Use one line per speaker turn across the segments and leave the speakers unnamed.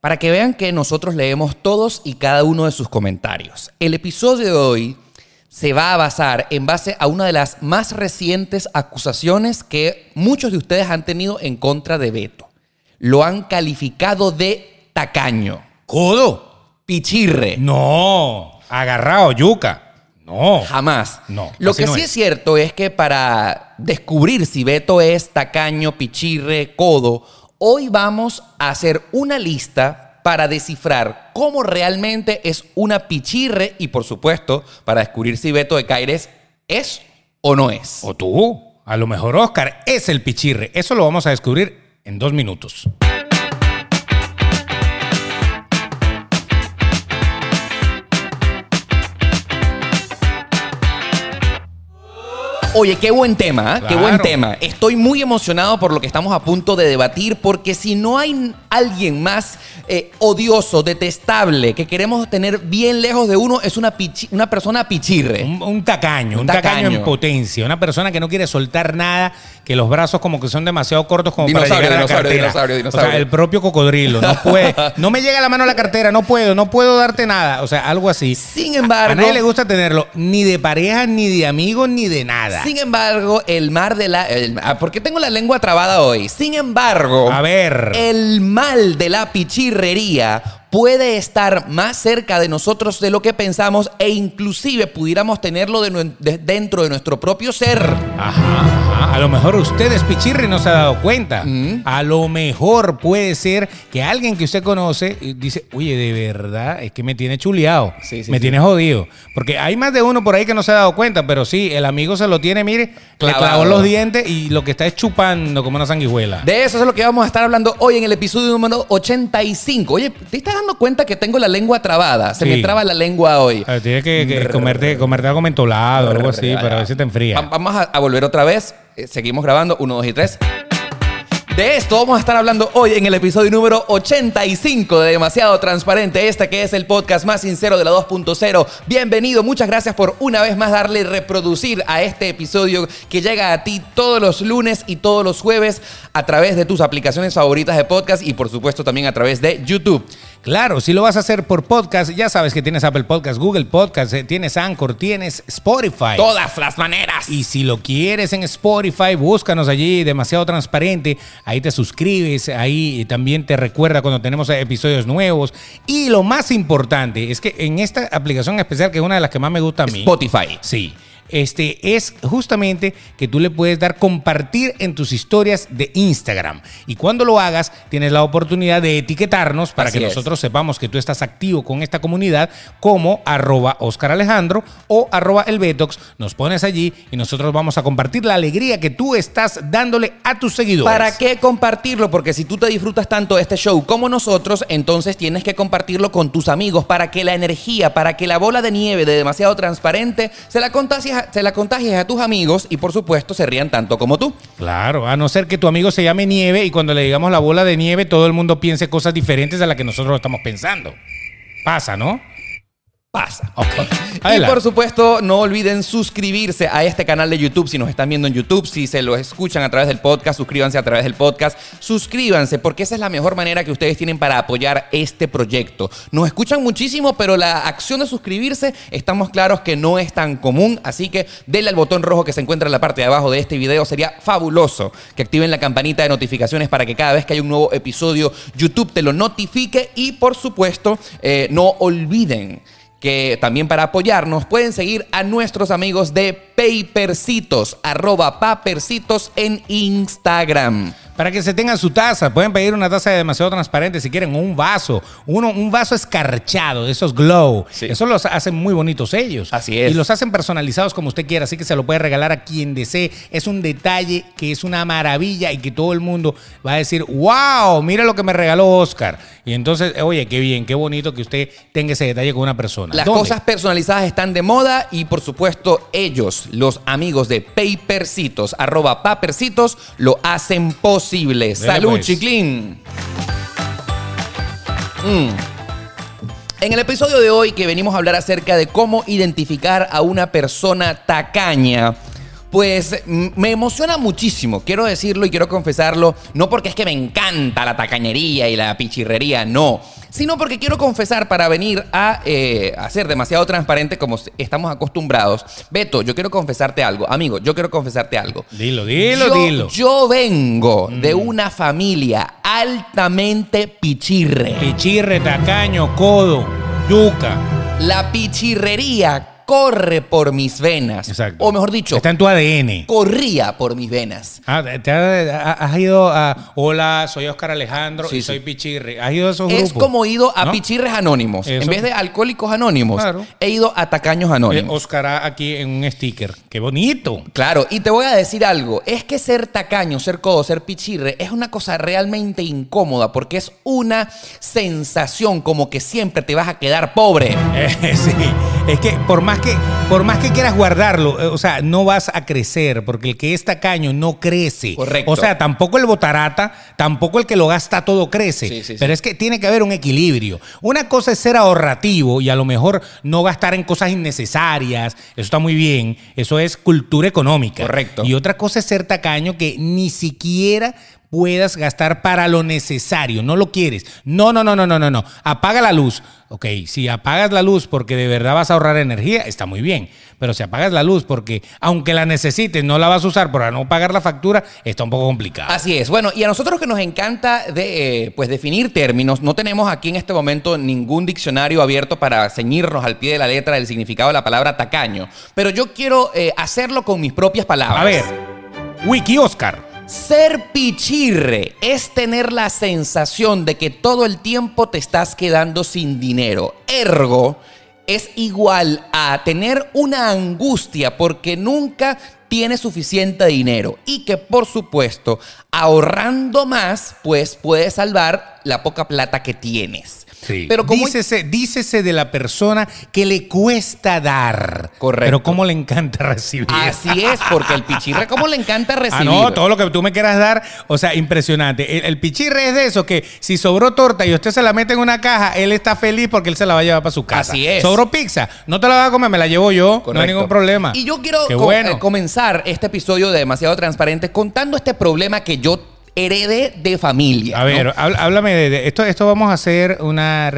Para que vean que nosotros leemos todos y cada uno de sus comentarios. El episodio de hoy se va a basar en base a una de las más recientes acusaciones que muchos de ustedes han tenido en contra de Beto. Lo han calificado de tacaño,
¿Codo?
pichirre.
No. Agarrado, yuca. No.
Jamás.
No,
Lo
así
que
no
sí
es.
es cierto es que para descubrir si Beto es tacaño, pichirre, codo, hoy vamos a hacer una lista para descifrar cómo realmente es una pichirre y, por supuesto, para descubrir si Beto de Caires es o no es.
O tú. A lo mejor Oscar es el pichirre. Eso lo vamos a descubrir en dos minutos.
Oye, qué buen tema, ¿eh? qué
Claro.
buen tema. Estoy muy emocionado por lo que estamos a punto de debatir, porque si no hay n- alguien más eh, odioso, detestable, que queremos tener bien lejos de uno, es una, pichi- una persona pichirre.
Un, un tacaño, un,
Un
tacaño.
tacaño.
en potencia. Una persona que no quiere soltar nada, que los brazos como que son demasiado cortos como
Dinosaurio,
para llegar a la
dinosaurio,
cartera.
dinosaurio,
O
dinosaurio.
sea, el propio cocodrilo. No puede. no me llega la mano a la cartera, no puedo, no puedo darte nada. O sea, algo así.
Sin
A
embargo,
nadie le gusta tenerlo, ni de pareja, ni de amigos, ni de nada.
sin embargo, el mar de la el- ah, ¿Por qué tengo la lengua trabada hoy? Sin embargo,
A ver.
el mal de la pichirrería puede estar más cerca de nosotros de lo que pensamos e inclusive pudiéramos tenerlo de nue- de- dentro de nuestro propio ser.
Ajá, ajá. A lo mejor usted es pichirre y no se ha dado cuenta.
Mm.
A lo mejor puede ser que alguien que usted conoce eh, dice, oye, de verdad, es que me tiene chuleado.
Sí, sí,
me
sí.
tiene jodido. Porque hay más de uno por ahí que no se ha dado cuenta, pero sí, el amigo se lo tiene, mire, le
Clavado.
clavó los dientes y lo que está es chupando como una sanguijuela.
De eso es lo que vamos a estar hablando hoy en el episodio número 85. Oye, ¿te estás dando cuenta que tengo la lengua trabada? Se
Sí.
me traba la lengua hoy.
Ah, Tienes que, que comerte, comerte algo mentolado, algo así, para ver si te
Va-
enfría.
Vamos a, a volver otra vez. Eh, Seguimos grabando. Uno, dos y tres. De esto vamos a estar hablando hoy en el episodio número 85 de Demasiado Transparente, este que es el podcast más sincero de la 2.0. Bienvenido, muchas gracias por una vez más darle reproducir a este episodio que llega a ti todos los lunes y todos los jueves a través de tus aplicaciones favoritas de podcast y por supuesto también a través de YouTube.
Claro, si lo vas a hacer por podcast, ya sabes que tienes Apple Podcast, Google Podcast, eh, tienes Anchor, tienes Spotify.
Todas las maneras.
Y si lo quieres en Spotify, búscanos allí, demasiado transparente. Ahí te suscribes, ahí también te recuerda cuando tenemos episodios nuevos. Y lo más importante es que en esta aplicación especial, que es una de las que más me gusta a mí,
Spotify.
sí, este es justamente que tú le puedes dar compartir en tus historias de Instagram. Y cuando lo hagas, tienes la oportunidad de etiquetarnos para
Así
que
es.
nosotros sepamos que tú estás activo con esta comunidad como arroba Oscar Alejandro o arroba el Betox. Nos pones allí y nosotros vamos a compartir la alegría que tú estás dándole a tus seguidores.
¿Para qué compartirlo? Porque si tú te disfrutas tanto de este show como nosotros, entonces tienes que compartirlo con tus amigos para que la energía, para que la bola de nieve de demasiado transparente se la contagies, se la contagies a tus amigos y por supuesto se rían tanto como tú.
Claro, a no ser que tu amigo se llame Nieve y cuando le digamos la bola de nieve todo el mundo piense cosas diferentes a las que nosotros estamos pensando. Pasa, ¿no?
Pasa.
Ok.
Y por
Adelante.
supuesto, no olviden suscribirse a este canal de YouTube si nos están viendo en YouTube, si se lo escuchan a través del podcast, suscríbanse a través del podcast, suscríbanse porque esa es la mejor manera que ustedes tienen para apoyar este proyecto. Nos escuchan muchísimo, pero la acción de suscribirse estamos claros que no es tan común, así que denle al botón rojo que se encuentra en la parte de abajo de este video, sería fabuloso que activen la campanita de notificaciones para que cada vez que hay un nuevo episodio YouTube te lo notifique y por supuesto, eh, no olviden que también para apoyarnos pueden seguir a nuestros amigos de Papercitos, arroba Papercitos en Instagram.
Para que se tengan su taza, pueden pedir una taza de demasiado transparente si quieren, o un vaso, uno, un vaso escarchado, de esos glow.
Sí.
Eso los hacen muy bonitos ellos.
Así es.
Y los hacen personalizados como usted quiera, así que se lo puede regalar a quien desee. Es un detalle que es una maravilla y que todo el mundo va a decir, wow, mira lo que me regaló Oscar. Y entonces, oye, qué bien, qué bonito que usted tenga ese detalle con una persona.
Las
¿Dónde?
cosas personalizadas están de moda y por supuesto ellos, los amigos de Papercitos, arroba Papercitos, lo hacen posible. Salud,
pues.
Chiclín. Mm. En el episodio de hoy que venimos a hablar acerca de cómo identificar a una persona tacaña, pues mm, me emociona muchísimo, quiero decirlo y quiero confesarlo, no porque es que me encanta la tacañería y la pichirrería, no, sino porque quiero confesar para venir a, eh, a ser demasiado transparente como estamos acostumbrados. Beto, yo quiero confesarte algo, amigo, yo quiero confesarte algo.
Dilo, dilo,
Yo-
dilo. Mm.
Yo vengo de una familia altamente pichirre.
Pichirre, tacaño, codo, yuca.
La pichirrería corre por mis venas.
Exacto.
O mejor dicho,
Está en tu ADN.
corría por mis venas.
Ah, te ha- has ido a Hola, soy Oscar Alejandro
Sí,
y
sí.
soy Pichirre. Has ido a esos
Es
grupos.
como ido a
¿No?
pichirres anónimos. En
Eso.
vez de alcohólicos anónimos,
Claro.
he ido a tacaños
Eh,
anónimos.
Oscar ah, aquí en un sticker. ¡Qué bonito!
Claro, y te voy a decir algo, es que ser tacaño, ser codo, ser pichirre es una cosa realmente incómoda porque es una sensación como que siempre te vas a quedar pobre.
Eh, sí, es que por más que por más que quieras guardarlo, eh, o sea, no vas a crecer porque el que es tacaño no crece.
Correcto.
O sea, tampoco el botarata, tampoco el que lo gasta todo crece.
Sí, sí, sí.
Pero es que tiene que haber un equilibrio. Una cosa es ser ahorrativo y a lo mejor no gastar en cosas innecesarias. Eso está muy bien. Eso es cultura económica.
Correcto.
Y otra cosa es ser tacaño que ni siquiera puedas gastar para lo necesario, no lo quieres. No, no, no, no, no, no, no. Apaga la luz. Ok, si apagas la luz porque de verdad vas a ahorrar energía, está muy bien. Pero si apagas la luz porque aunque la necesites, no la vas a usar para no pagar la factura, está un poco complicado.
Así es. Bueno, y a nosotros que nos encanta de, eh, pues definir términos, no tenemos aquí en este momento ningún diccionario abierto para ceñirnos al pie de la letra del significado de la palabra tacaño. Pero yo quiero eh, hacerlo con mis propias palabras.
A ver, Wiki Oscar.
Ser pichirre es tener la sensación de que todo el tiempo te estás quedando sin dinero. Ergo, es igual a tener una angustia porque nunca tienes suficiente dinero y que por supuesto ahorrando más pues puedes salvar la poca plata que tienes.
Sí.
Pero como
dícese, dícese de la persona que le cuesta dar.
Correcto.
Pero cómo le encanta recibir.
así es porque el pichirre como le encanta recibir.
Ah, no, todo lo que tú me quieras dar, o sea, impresionante. El, el pichirre es de eso que si sobró torta y usted se la mete en una caja, él está feliz porque él se la va a llevar para su casa.
Así es.
Sobró pizza, no te la vas a comer, me la llevo yo, no hay
Correcto.
ningún problema.
Y yo quiero
Qué
co-
bueno.
eh, comenzar este episodio de Demasiado Transparente contando este problema que yo heredé de familia.
A
¿no?
ver, habl- háblame de, de- esto. Esto vamos a hacer una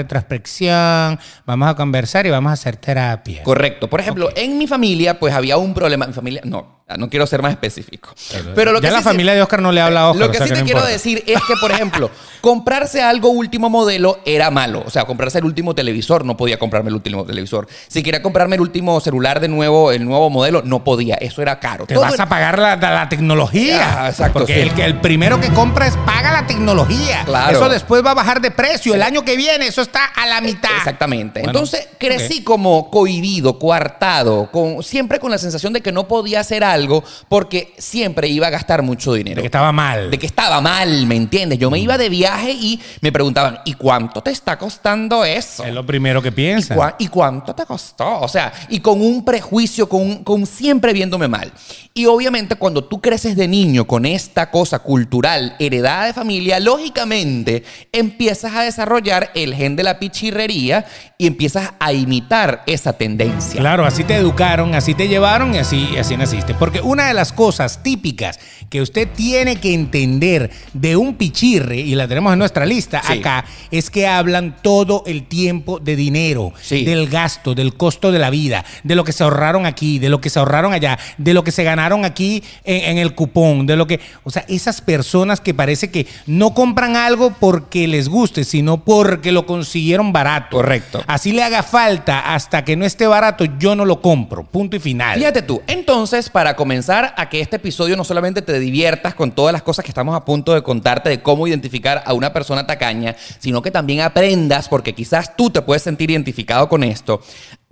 retrospección, vamos a conversar y vamos a hacer terapia.
Correcto. Por ejemplo, en mi familia, pues había un problema. Mi familia, no, no quiero ser más específico. Pero lo
ya
que
la
sí se-
familia de Oscar no le habla a Oscar.
Lo que
o sea
sí te
no
quiero
importa.
decir es que, por ejemplo, comprarse algo último modelo era malo. O sea, comprarse el último televisor, no podía comprarme el último televisor. Si quería comprarme el último celular de nuevo, el nuevo modelo, no podía. Eso era caro.
Te
Todo
vas
era-
a pagar la, la- la tecnología.
Ah, exacto,
Porque
sí.
el, que- el primero que compras paga la tecnología.
Claro.
Eso después va a bajar de precio. El año que viene, eso está a la mitad.
Exactamente.
Bueno,
Entonces crecí
ok.
como cohibido, coartado, con, siempre con la sensación de que no podía hacer algo porque siempre iba a gastar mucho dinero.
De que estaba mal.
De que estaba mal, ¿me entiendes? Yo me iba de viaje y me preguntaban, ¿y cuánto te está costando eso?
Es lo primero que piensa.
¿Cuá- ¿Y cuánto te costó? O sea, y con un prejuicio, con, un- con siempre viéndome mal. Y obviamente cuando tú creces de niño con esta cosa cultural heredada de familia, lógicamente empiezas a desarrollar el gen de la pichirrería y empiezas a imitar esa tendencia.
Claro, así te educaron, así te llevaron y así, y así naciste. Porque una de las cosas típicas que usted tiene que entender de un pichirre, y la tenemos en nuestra lista
Sí.
acá, es que hablan todo el tiempo de dinero,
Sí.
del gasto, del costo de la vida, de lo que se ahorraron aquí, de lo que se ahorraron allá, de lo que se ganaron aquí en, en el cupón, de lo que... O sea, esas personas que parece que no compran algo porque les guste, sino porque lo consiguieron barato.
Correcto.
Así le haga falta, hasta que no esté barato, yo no lo compro. Punto y final.
Fíjate tú, entonces para comenzar a que este episodio no solamente te diviertas con todas las cosas que estamos a punto de contarte de cómo identificar a una persona tacaña, sino que también aprendas, porque quizás tú te puedes sentir identificado con esto.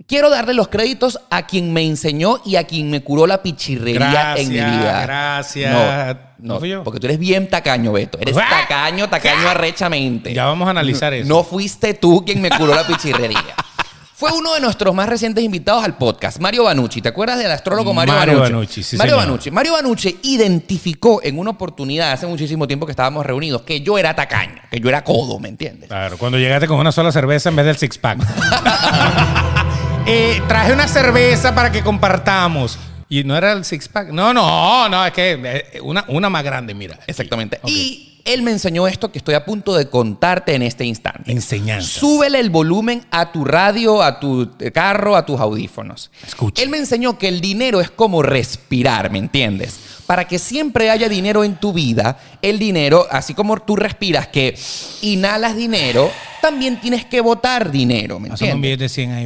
Quiero darle los créditos a quien me enseñó y a quien me curó la pichirrería en mi
Gracias,
vida.
gracias.
No,
¿No fui
no,
yo?
porque tú eres bien tacaño, Beto. Eres
Ah,
tacaño, tacaño arrechamente.
Ya vamos a analizar eso.
No fuiste tú quien me curó la pichirrería. Fue uno de nuestros más recientes invitados al podcast, Mario Banucci. ¿Te acuerdas del astrólogo Mario,
Mario
Banucci?
Banucci, sí,
Mario
señor.
Banucci. Mario Banucci identificó en una oportunidad hace muchísimo tiempo que estábamos reunidos que yo era tacaño, que yo era codo, ¿me entiendes?
Claro, cuando llegaste con una sola cerveza en vez del six pack. Eh, traje una cerveza para que compartamos. Y no era el six-pack. No, no, no, es que eh, una, una más grande, mira.
Exactamente.
Ok.
Y él me enseñó esto que estoy a punto de contarte en este instante.
Enseñanzas.
Súbele el volumen a tu radio, a tu eh, carro, a tus audífonos.
Escucha.
Él me enseñó que el dinero es como respirar, ¿me entiendes? Para que siempre haya dinero en tu vida, el dinero, así como tú respiras, que inhalas dinero, también tienes que botar dinero, ¿me
Pásame Ah, un
entiendes?
billete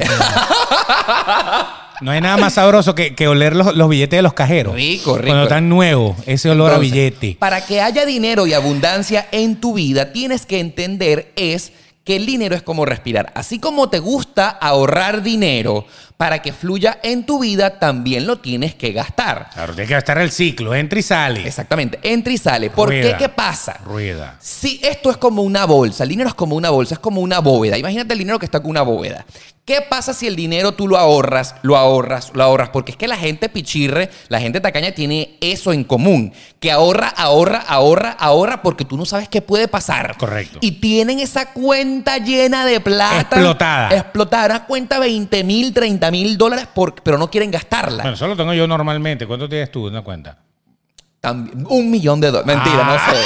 de 100 ahí. pero- No hay nada más sabroso que, que oler los, los billetes de los cajeros.
Rico, rico.
Cuando están nuevos, ese olor a
Entonces,
billete.
Para que haya dinero y abundancia en tu vida, tienes que entender es que el dinero es como respirar. Así como te gusta ahorrar dinero para que fluya en tu vida, también lo tienes que gastar.
Claro, tiene que gastar el ciclo, entra y sale.
Exactamente, entra y sale. ¿Por
Rueda.
qué? ¿Qué pasa?
Rueda.
Si esto es como una bolsa, el dinero es como una bolsa, es como una bóveda. Imagínate el dinero que está con una bóveda. ¿Qué pasa si el dinero tú lo ahorras, lo ahorras, lo ahorras? Porque es que la gente pichirre, la gente tacaña tiene eso en común, que ahorra, ahorra, ahorra, ahorra porque tú no sabes qué puede pasar.
Correcto.
Y tienen esa cuenta llena de plata.
Explotada.
Explotada, una cuenta 20 mil, 30 mil dólares, por- pero no quieren gastarla.
Bueno, eso lo tengo yo normalmente. ¿Cuánto tienes tú? Una cuenta.
También- un millón de dólares. Mentira,
Ah.
no sé.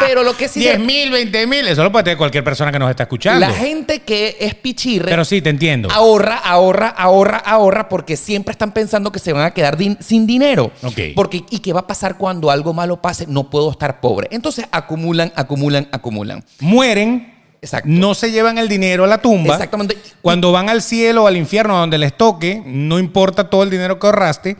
Pero lo que sí...
10 mil, 20 mil. Eso lo puede tener cualquier persona que nos está escuchando.
La gente que es pichirre
Pero sí, te entiendo.
ahorra, ahorra, ahorra, ahorra, porque siempre están pensando que se van a quedar din- sin dinero.
Ok.
Porque, ¿y qué va a pasar cuando algo malo pase? No puedo estar pobre. Entonces acumulan, acumulan, acumulan.
Mueren,
Exacto.
no se llevan el dinero a la tumba.
Exactamente.
Cuando van al cielo o al infierno, a donde les toque, no importa todo el dinero que ahorraste,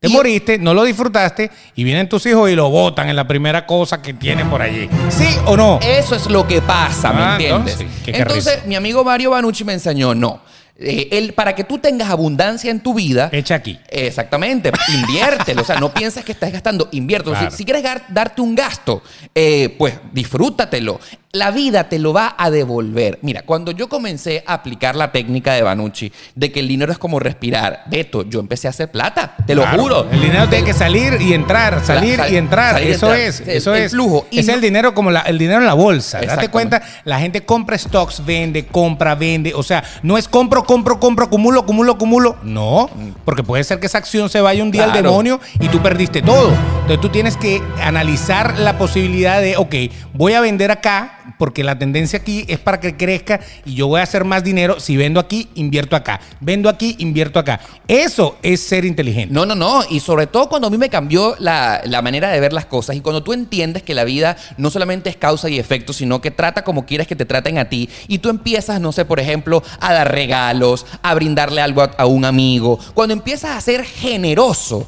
te
Y-
moriste, no lo disfrutaste y vienen tus hijos y lo botan en la primera cosa que tienen por allí. ¿Sí o no?
Eso es lo que pasa, ¿me
Ah,
entiendes?
entonces, qué
Entonces,
carrizo.
mi amigo Mario Banucci me enseñó, no. Eh, él, para que tú tengas abundancia en tu vida,
Echa aquí.
Exactamente, inviértelo. O sea, no pienses que estás gastando, invierto.
Claro.
Si, si quieres gar- darte un gasto, eh, pues disfrútatelo. La vida te lo va a devolver. Mira, cuando yo comencé a aplicar la técnica de Banucci, de que el dinero es como respirar, Beto, yo empecé a hacer plata, te
Claro,
lo juro.
El dinero tiene que salir y entrar, salir
sal-
y entrar.
salir y
eso
entrar.
es,
El-
eso
el
es.
flujo. Y
es
no-
el dinero como la- el dinero en la bolsa. Date
Exactamente.
cuenta, la gente compra stocks, vende, compra, vende. O sea, no es compro, compro, compro, acumulo, acumulo, acumulo. No, porque puede ser que esa acción se vaya un día al
Claro.
demonio y tú perdiste todo. Entonces tú tienes que analizar la posibilidad de, ok, voy a vender acá porque la tendencia aquí es para que crezca y yo voy a hacer más dinero. Si vendo aquí, invierto acá. Vendo aquí, invierto acá. Eso es ser inteligente.
No, no, no. Y sobre todo cuando a mí me cambió la, la manera de ver las cosas y cuando tú entiendes que la vida no solamente es causa y efecto, sino que trata como quieres que te traten a ti y tú empiezas, no sé, por ejemplo, a dar regalos, a brindarle algo a, a un amigo. Cuando empiezas a ser generoso,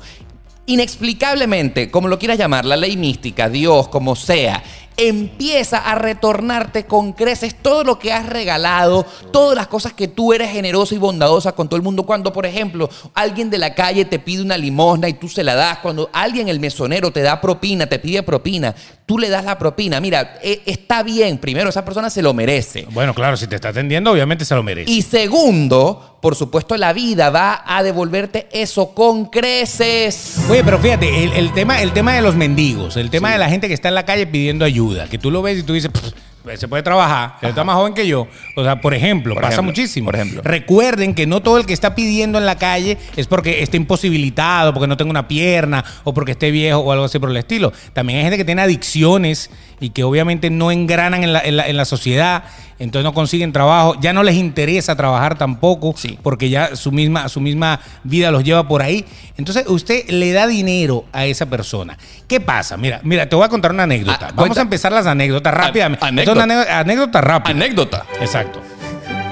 inexplicablemente, como lo quieras llamar, la ley mística, Dios, como sea, empieza a retornarte con creces todo lo que has regalado, todas las cosas que tú eres generoso y bondadosa con todo el mundo. Cuando, por ejemplo, alguien de la calle te pide una limosna y tú se la das, cuando alguien, el mesonero, te da propina, te pide propina, tú le das la propina. Mira, eh, está bien, primero, esa persona se lo merece.
Bueno, claro, si te está atendiendo, obviamente se lo merece.
Y segundo, por supuesto, la vida va a devolverte eso con creces.
Oye, pero fíjate, el, el tema, el tema de los mendigos, el tema de la gente que está en la calle pidiendo ayuda, que tú lo ves y tú dices, "Pff, se puede trabajar, él está más joven que yo. O sea, por ejemplo,
Por
pasa
ejemplo,
muchísimo.
por ejemplo.
Recuerden que no todo el que está pidiendo en la calle es porque esté imposibilitado, porque no tenga una pierna o porque esté viejo o algo así por el estilo. También hay gente que tiene adicciones y que obviamente no engranan en la, en la- en la sociedad, entonces no consiguen trabajo, ya no les interesa trabajar tampoco
Sí.
porque ya su misma, su misma vida los lleva por ahí. Entonces usted le da dinero a esa persona. ¿Qué pasa? Mira, mira, te voy a contar una anécdota.
Ah,
Vamos
cuenta-
a empezar las anécdotas rápidamente.
anécdota.
Esto es una anécdota, anécdota rápida.
Anécdota.
Exacto.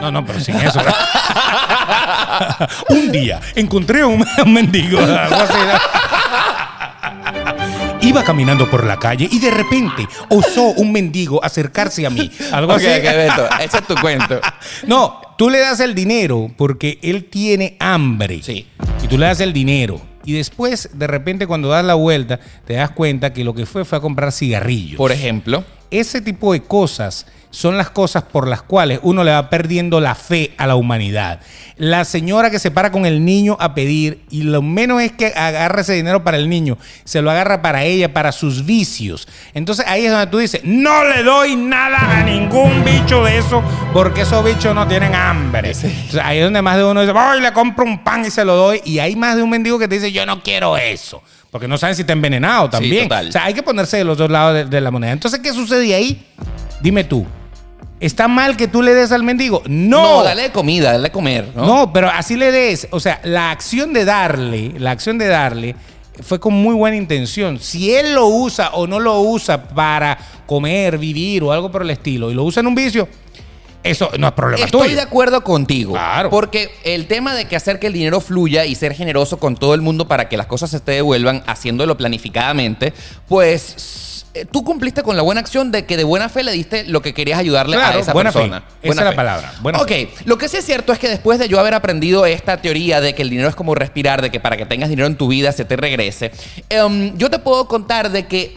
No, no, pero sin eso. un día encontré a un, un mendigo. algo así, ¿no? Iba caminando por la calle y de repente osó un mendigo acercarse a mí. Algo
Ok,
así.
ok, Beto, ese es tu cuento.
No, tú le das el dinero porque él tiene hambre.
Sí.
Y tú le das el dinero. Y después, de repente, cuando das la vuelta, te das cuenta que lo que fue fue a comprar cigarrillos.
Por ejemplo.
Ese tipo de cosas son las cosas por las cuales uno le va perdiendo la fe a la humanidad. La señora que se para con el niño a pedir y lo menos es que agarre ese dinero para el niño, se lo agarra para ella, para sus vicios. Entonces ahí es donde tú dices, no le doy nada a ningún bicho de eso porque esos bichos no tienen hambre. Entonces, ahí es donde más de uno dice, voy, le compro un pan y se lo doy. Y hay más de un mendigo que te dice, yo no quiero eso. Porque no saben si está envenenado también.
total.
O sea, hay que ponerse de los dos lados de, de la moneda. Entonces, ¿qué sucede ahí? Dime tú. ¿Está mal que tú le des al mendigo? No.
No, dale comida, dale comer.
No,
¿no?
pero así le des. O sea, la acción de darle, la acción de darle fue con muy buena intención. Si él lo usa o no lo usa para comer, vivir o algo por el estilo y lo usa en un vicio, eso no es problema
Estoy
tuyo.
de acuerdo contigo.
Claro.
Porque el tema de que hacer que el dinero fluya y ser generoso con todo el mundo para que las cosas se te devuelvan haciéndolo planificadamente, pues eh, tú cumpliste con la buena acción de que de buena fe le diste lo que querías ayudarle
Claro,
a esa
buena fe.
persona.
Esa es la palabra, buena
ok,
fe.
lo que sí es cierto es que después de yo haber aprendido esta teoría de que el dinero es como respirar, de que para que tengas dinero en tu vida se te regrese, em, yo te puedo contar de que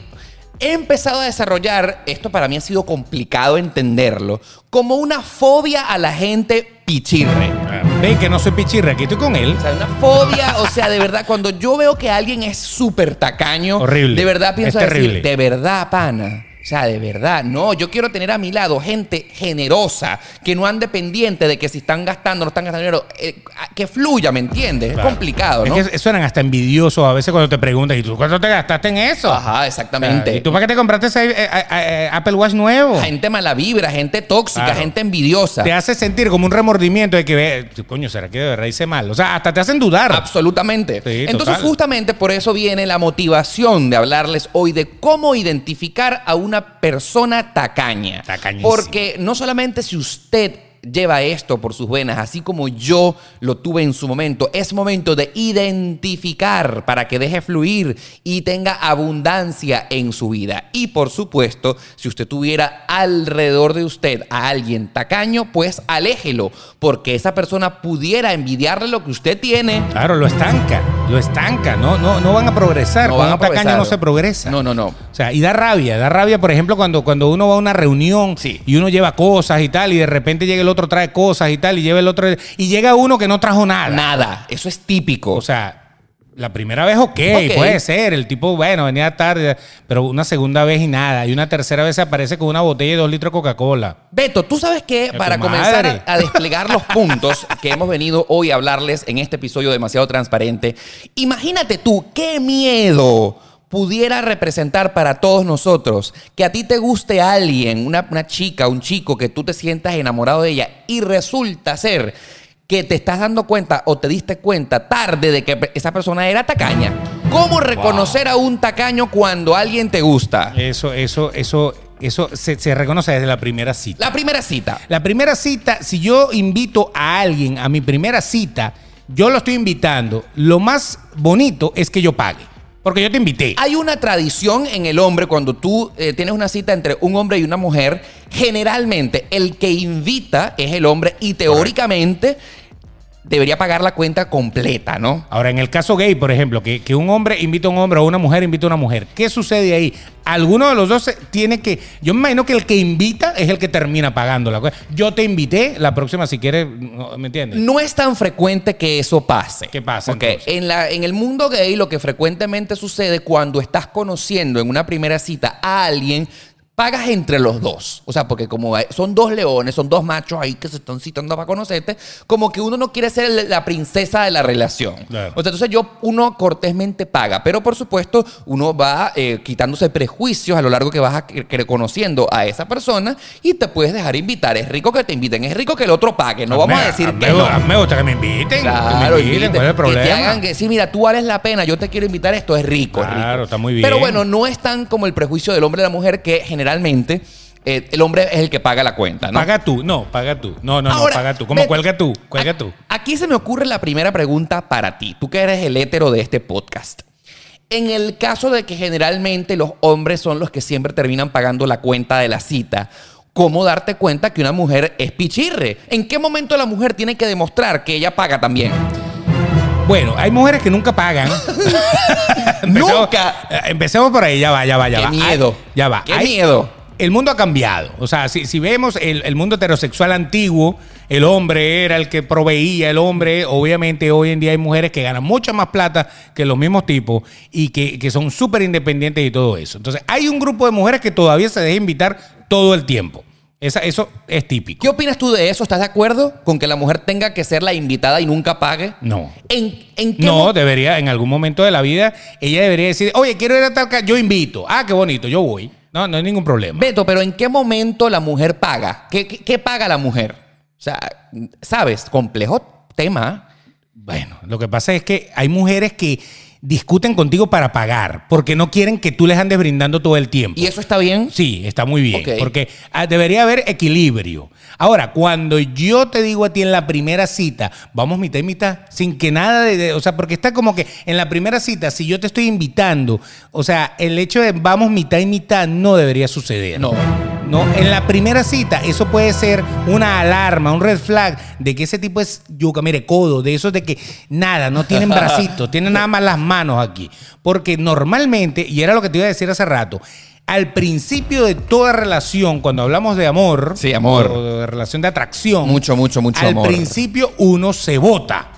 he empezado a desarrollar, esto para mí ha sido complicado entenderlo, como una fobia a la gente pichirre.
Ah, Ve que no soy pichirre, aquí estoy con él.
O sea, una fobia, o sea, de verdad, cuando yo veo que alguien es súper tacaño,
Horrible.
de verdad pienso
Es
decir,
terrible.
de verdad, pana. O sea, de verdad, no, yo quiero tener a mi lado gente generosa, que no ande pendiente de que si están gastando o no están gastando dinero, eh, que fluya, ¿me entiendes?
Claro.
Es complicado, ¿no?
Es que suenan hasta envidiosos a veces cuando te preguntan, ¿y tú cuánto te gastaste en eso?
Ajá,
O sea,
exactamente.
Ah, ¿Y tú para qué te compraste ese eh, eh, eh, Apple Watch nuevo?
Gente mala vibra, gente tóxica,
Claro.
gente envidiosa.
Te hace sentir como un remordimiento de que, ve, coño, ¿será que de verdad hice mal? O sea, hasta te hacen dudar.
Absolutamente.
Sí,
Entonces,
total.
justamente por eso viene la motivación de hablarles hoy de cómo identificar a una persona tacaña.
Tacañísimo.
Porque no solamente si usted lleva esto por sus venas, así como yo lo tuve en su momento, es momento de identificar para que deje fluir y tenga abundancia en su vida. Y por supuesto, si usted tuviera alrededor de usted a alguien tacaño, pues aléjelo, porque esa persona pudiera envidiarle lo que usted tiene.
Claro, lo estanca, lo estanca, no, no, no van a progresar.
No
Con
van
un
a progresar.
tacaño no se progresa.
No, no, no.
O sea, y da rabia, da rabia, por ejemplo, cuando, cuando uno va a una reunión
Sí.
y uno lleva cosas y tal, y de repente llega el otro, trae cosas y tal, y lleva el otro, y llega uno que no trajo nada.
Nada, eso es típico.
O sea, la primera vez, ok,
Oh. Ok.
puede ser. El tipo, bueno, venía tarde, pero una segunda vez y nada. Y una tercera vez aparece con una botella de dos litros de Coca-Cola.
Beto, tú sabes que
tu
para
madre.
comenzar a, a desplegar los puntos que hemos venido hoy a hablarles en este episodio demasiado transparente, imagínate tú qué miedo pudiera representar para todos nosotros que a ti te guste alguien, una, una chica, un chico, que tú te sientas enamorado de ella y resulta ser que te estás dando cuenta o te diste cuenta tarde de que esa persona era tacaña. ¿Cómo reconocer a un tacaño cuando alguien te gusta?
Eso, eso, eso, eso se, se reconoce desde la primera cita.
La primera cita.
La primera cita, si yo invito a alguien a mi primera cita, yo lo estoy invitando. Lo más bonito es que yo pague. Porque yo te invité.
Hay una tradición en el hombre cuando tú eh, tienes una cita entre un hombre y una mujer. Generalmente, el que invita es el hombre y teóricamente debería pagar la cuenta completa, ¿no?
Ahora, en el caso gay, por ejemplo, que, que un hombre invita a un hombre o una mujer invita a una mujer, ¿qué sucede ahí? Alguno de los dos se- tiene que. Yo me imagino que el que invita es el que termina pagando la cosa. Yo te invité, la próxima, si quieres, no, ¿me entiendes?
No es tan frecuente que eso pase.
¿Qué pasa,
Ok,
entonces?
En, la, en el mundo gay lo que frecuentemente sucede cuando estás conociendo en una primera cita a alguien, pagas entre los dos. O sea, porque como hay- son dos leones, son dos machos ahí que se están citando para conocerte, como que uno no quiere ser el- la princesa de la relación.
Claro.
O sea, entonces yo, uno cortésmente paga, pero por supuesto uno va eh, quitándose prejuicios a lo largo que vas a- que- que conociendo a esa persona y te puedes dejar invitar. Es rico que te inviten, es rico que el otro pague, no vamos a
Me-
decir
me,
que no.
me gusta que me inviten. que
Claro,
me inviten.
inviten,
¿Cuál es el problema?
Que te hagan que sí, mira, tú vales la pena, yo te quiero invitar, esto es rico. es
Claro,
rico.
está muy bien.
Pero bueno, no es tan como el prejuicio del hombre y la mujer que generalmente eh, el hombre es el que paga la cuenta, ¿no?
Paga tú, no, paga tú. No, no,
Ahora, Ah.
no, paga tú. ¿Cómo
Beto,
cuelga tú? Cuelga
a-
tú.
Aquí se me ocurre la primera pregunta para ti, tú que eres el hétero de este podcast. En el caso de que generalmente los hombres son los que siempre terminan pagando la cuenta de la cita, ¿cómo darte cuenta que una mujer es pichirre? ¿En qué momento la mujer tiene que demostrar que ella paga también?
Bueno, hay mujeres que nunca pagan. Empecemos-
Nunca.
eh, Empecemos por ahí, ya va, ya va, ya
¡Qué
va.
miedo!
Ay, ya va.
¡Qué
Hay-
miedo!
el mundo ha cambiado. O sea, si, si vemos el, el mundo heterosexual antiguo, el hombre era el que proveía, el hombre, obviamente hoy en día hay mujeres que ganan mucha más plata que los mismos tipos y que, que son súper independientes y todo eso. Entonces, hay un grupo de mujeres que todavía se deja invitar todo el tiempo. Esa, eso es típico.
¿Qué opinas tú de eso? ¿Estás de acuerdo con que la mujer tenga que ser la invitada y nunca pague?
No.
¿En, en qué
No,
mo-
debería, en algún momento de la vida, ella debería decir, oye, quiero ir a tal ca- yo invito. Ah, qué bonito, yo voy. No, no hay ningún problema.
Beto, pero ¿en qué momento la mujer paga? ¿Qué, qué- qué paga la mujer? O sea, ¿sabes? Complejo tema.
Bueno, lo que pasa es que hay mujeres que discuten contigo para pagar, porque no quieren que tú les andes brindando todo el tiempo.
¿Y eso está bien?
Sí, está muy bien,
Ok.
porque ah, debería haber equilibrio. Ahora, cuando yo te digo a ti en la primera cita, vamos mitad y mitad, sin que nada de, de- o sea, porque está como que en la primera cita, si yo te estoy invitando, o sea, el hecho de vamos mitad y mitad no debería suceder.
No.
No, en la primera cita eso puede ser una alarma, un red flag de que ese tipo es yuca, mire, codo, de esos de que nada, no tienen bracitos, tienen nada más las manos aquí. Porque normalmente, y era lo que te iba a decir hace rato, al principio de toda relación, cuando hablamos de amor,
Sí, amor.
o de relación de atracción,
Mucho, mucho, mucho
al
amor.
principio uno se vota.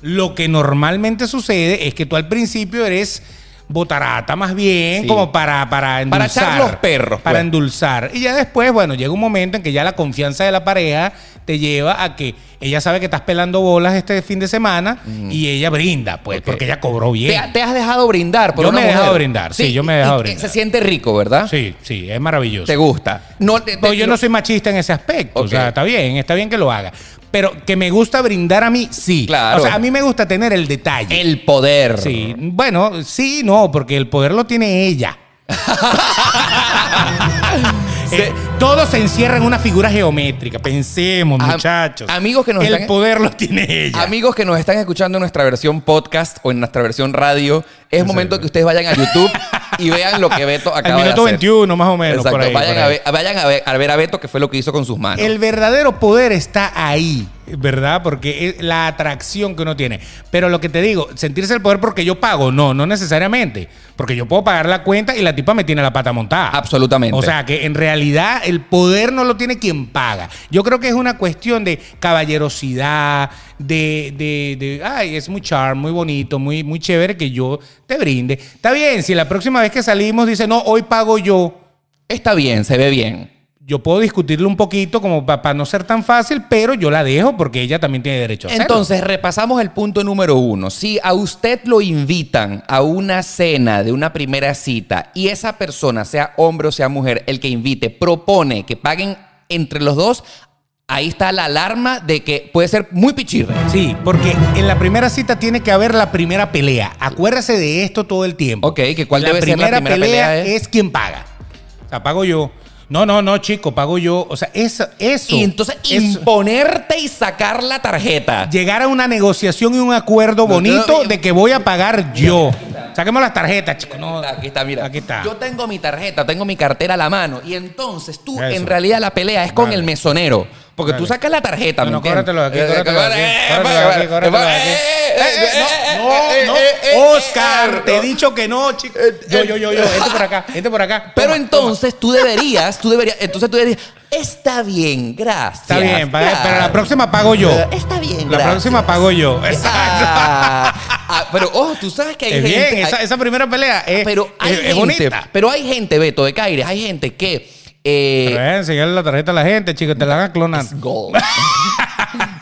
Lo que normalmente sucede es que tú al principio eres botarata más bien,
Sí.
como para, para
Para
endulzar.
echar los perros,
Para
pues.
endulzar. Y ya después, bueno, llega un momento en que ya la confianza de la pareja te lleva a que ella sabe que estás pelando bolas este fin de semana y ella brinda, pues,
Ok.
porque ella cobró bien.
¿Te, te has dejado brindar por
Yo
una
me he dejado
mujer?
brindar, sí, yo me he dejado
y- y
brindar.
Se siente rico, ¿verdad?
Sí, sí, es maravilloso.
¿Te gusta? No, te-
No,
te-
yo no soy machista en ese aspecto.
Ok.
O sea, está bien, está bien que lo haga. Pero que me gusta brindar a mí, sí.
Claro.
O sea, a mí me gusta tener el detalle.
El poder.
Sí. Bueno, sí, no, porque el poder lo tiene ella. Eh, todo se encierra en una figura geométrica. Pensemos,
Am-
muchachos.
amigos que nos
El
están-
poder lo tiene ella.
Amigos que nos están escuchando en nuestra versión podcast o en nuestra versión radio, es momento que ustedes vayan a YouTube y vean lo que Beto
Al
acaba de hacer.
minuto 21, más o menos.
Exacto.
por ahí,
vayan,
por
A
ahí.
ver, vayan a ver, a ver a Beto que fue lo que hizo con sus manos.
El verdadero poder está ahí, ¿verdad? Porque es la atracción que uno tiene. Pero lo que te digo, sentirse el poder porque yo pago, no, no necesariamente. Porque yo puedo pagar la cuenta y la tipa me tiene la pata montada.
Ah, Absolutamente.
O sea, que en realidad el poder no lo tiene quien paga. Yo creo que es una cuestión de caballerosidad, de, de, de, ay, es muy charm, muy bonito, muy, muy chévere que yo te brinde. Está bien, si la próxima vez que salimos dice, no, hoy pago yo
Está bien, se ve bien.
yo puedo discutirlo un poquito como para no ser tan fácil, pero yo la dejo porque ella también tiene derecho a hacerlo.
Entonces, repasamos el punto número uno. Si a usted lo invitan a una cena de una primera cita y esa persona, sea hombre o sea mujer, el que invite, propone que paguen entre los dos, ahí está la alarma de que puede ser muy pichirre.
Sí, porque en la primera cita tiene que haber la primera pelea. Acuérdese de esto todo el tiempo.
Ok, que cuál debe ser la primera pelea, eh?
es quien paga. O sea, pago yo. No, no, no, chico, pago yo. O sea, eso, eso.
Y entonces
eso-
imponerte y sacar la tarjeta.
llegar a una negociación y un acuerdo
No, eh,
bonito
no, no.
de que voy a pagar yo. Saquemos las tarjetas, chico. No,
Aquí está, mira.
Aquí está.
Yo tengo mi tarjeta, tengo mi cartera a la mano. Y entonces tú,
Eso.
en realidad, la pelea es con
Dale.
el mesonero. Porque tú
Dale.
sacas la tarjeta,
No,
¿me
no,
entiendes?
cóbratelo aquí,
Eh,
cóbratelo aquí,
eh,
cóbratelo aquí,
eh,
cóbratelo
eh,
aquí.
eh, eh, eh, eh,
No, no,
eh, eh,
no. Oscar,
eh,
te he
no.
dicho que no, chico. Yo, yo, yo, yo, este por acá, este por acá.
Pero
Toma,
entonces tú deberías, tú deberías, entonces tú deberías, está bien, gracias.
toma. Está bien, pa-
ah, claro.
pero la próxima pago yo.
Está bien,
La
gracias.
próxima pago yo. Exacto.
Ah, ah, pero ojo, tú sabes que hay
Es
gente.
bien, esa,
hay- Ah,
esa primera pelea es,
pero hay
es- es
gente,
bonita.
Pero hay gente, Beto, de Caires, hay gente que. eh,
Pero, eh, enseñarle la tarjeta a la gente, chico, te la van a clonar.
es gold.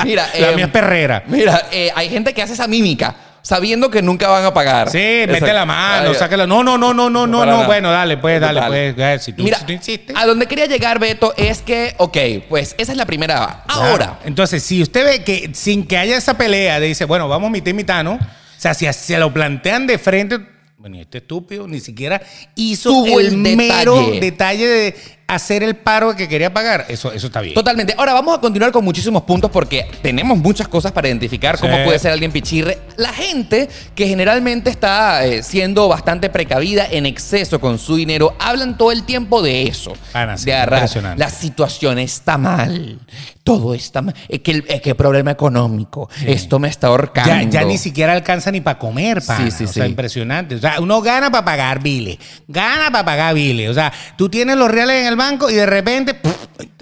mira,
La
eh,
mía es perrera.
mira eh, hay gente que hace esa mímica sabiendo que nunca van a pagar.
Sí,
Exacto.
mete la mano,
Ay,
sácala. No, no, no, no, no, no,
para
no.
nada.
Bueno, dale, pues, dale,
Total.
pues. eh, Si tú,
Mira,
si tú insistes.
a donde quería llegar, Beto, es que, ok, pues esa es la primera. Ahora,
Claro. Entonces, si usted ve que sin que haya esa pelea, dice, bueno, vamos mitad y mitad, ¿no? O sea, si se lo plantean de frente, bueno, y este estúpido ni siquiera hizo
Tuvo
el,
el
mero
detalle.
detalle de hacer el paro que quería pagar. Eso, eso está bien.
Totalmente. Ahora vamos a continuar con muchísimos puntos porque tenemos muchas cosas para identificar cómo
Sí.
puede ser alguien pichirre. La gente que generalmente está eh, siendo bastante precavida en exceso con su dinero, hablan todo el tiempo de eso.
Ana, Ah, sí,
de agarrar.
impresionante.
La situación está mal. todo está ma- eh, que, el- eh, que problema económico, esto me está
Ya,
ahorcando.
ya ni siquiera alcanza ni para comer, pana.
Sí, sí,
o sea,
sí.
impresionante. O sea, uno gana para pagar biles. Gana para pagar biles. O sea, tú tienes los reales en el banco y de repente puf,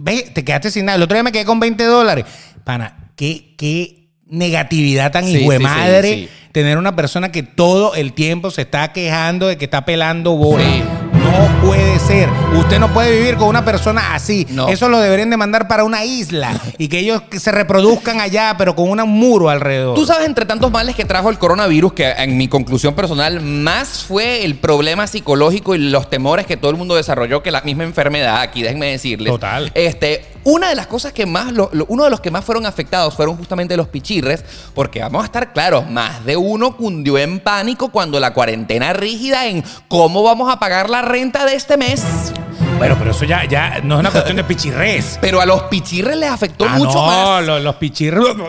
ve, te quedaste sin nada. El otro día me quedé con 20 dólares. Pana, qué, qué negatividad tan
Sí, sí,
hijo
sí,
madre
sí.
tener una persona que todo el tiempo se está quejando de que está pelando bola.
Sí.
No puede ser. Usted no puede vivir con una persona así.
No.
Eso lo deberían de mandar para una isla y que ellos se reproduzcan allá, pero con un muro alrededor.
Tú sabes, entre tantos males que trajo el coronavirus, que en mi conclusión personal más fue el problema psicológico y los temores que todo el mundo desarrolló que la misma enfermedad, aquí déjenme decirles.
Total.
Este, una de las cosas que más, lo- lo- uno de los que más fueron afectados fueron justamente los pichirres, porque vamos a estar claros, más de uno cundió en pánico cuando la cuarentena rígida en cómo vamos a pagar la renta de este mes.
Bueno, pero eso ya, ya no es una cuestión de pichirres.
Pero a los pichirres les afectó
Ah,
mucho
no,
más.
Los, los pichirres.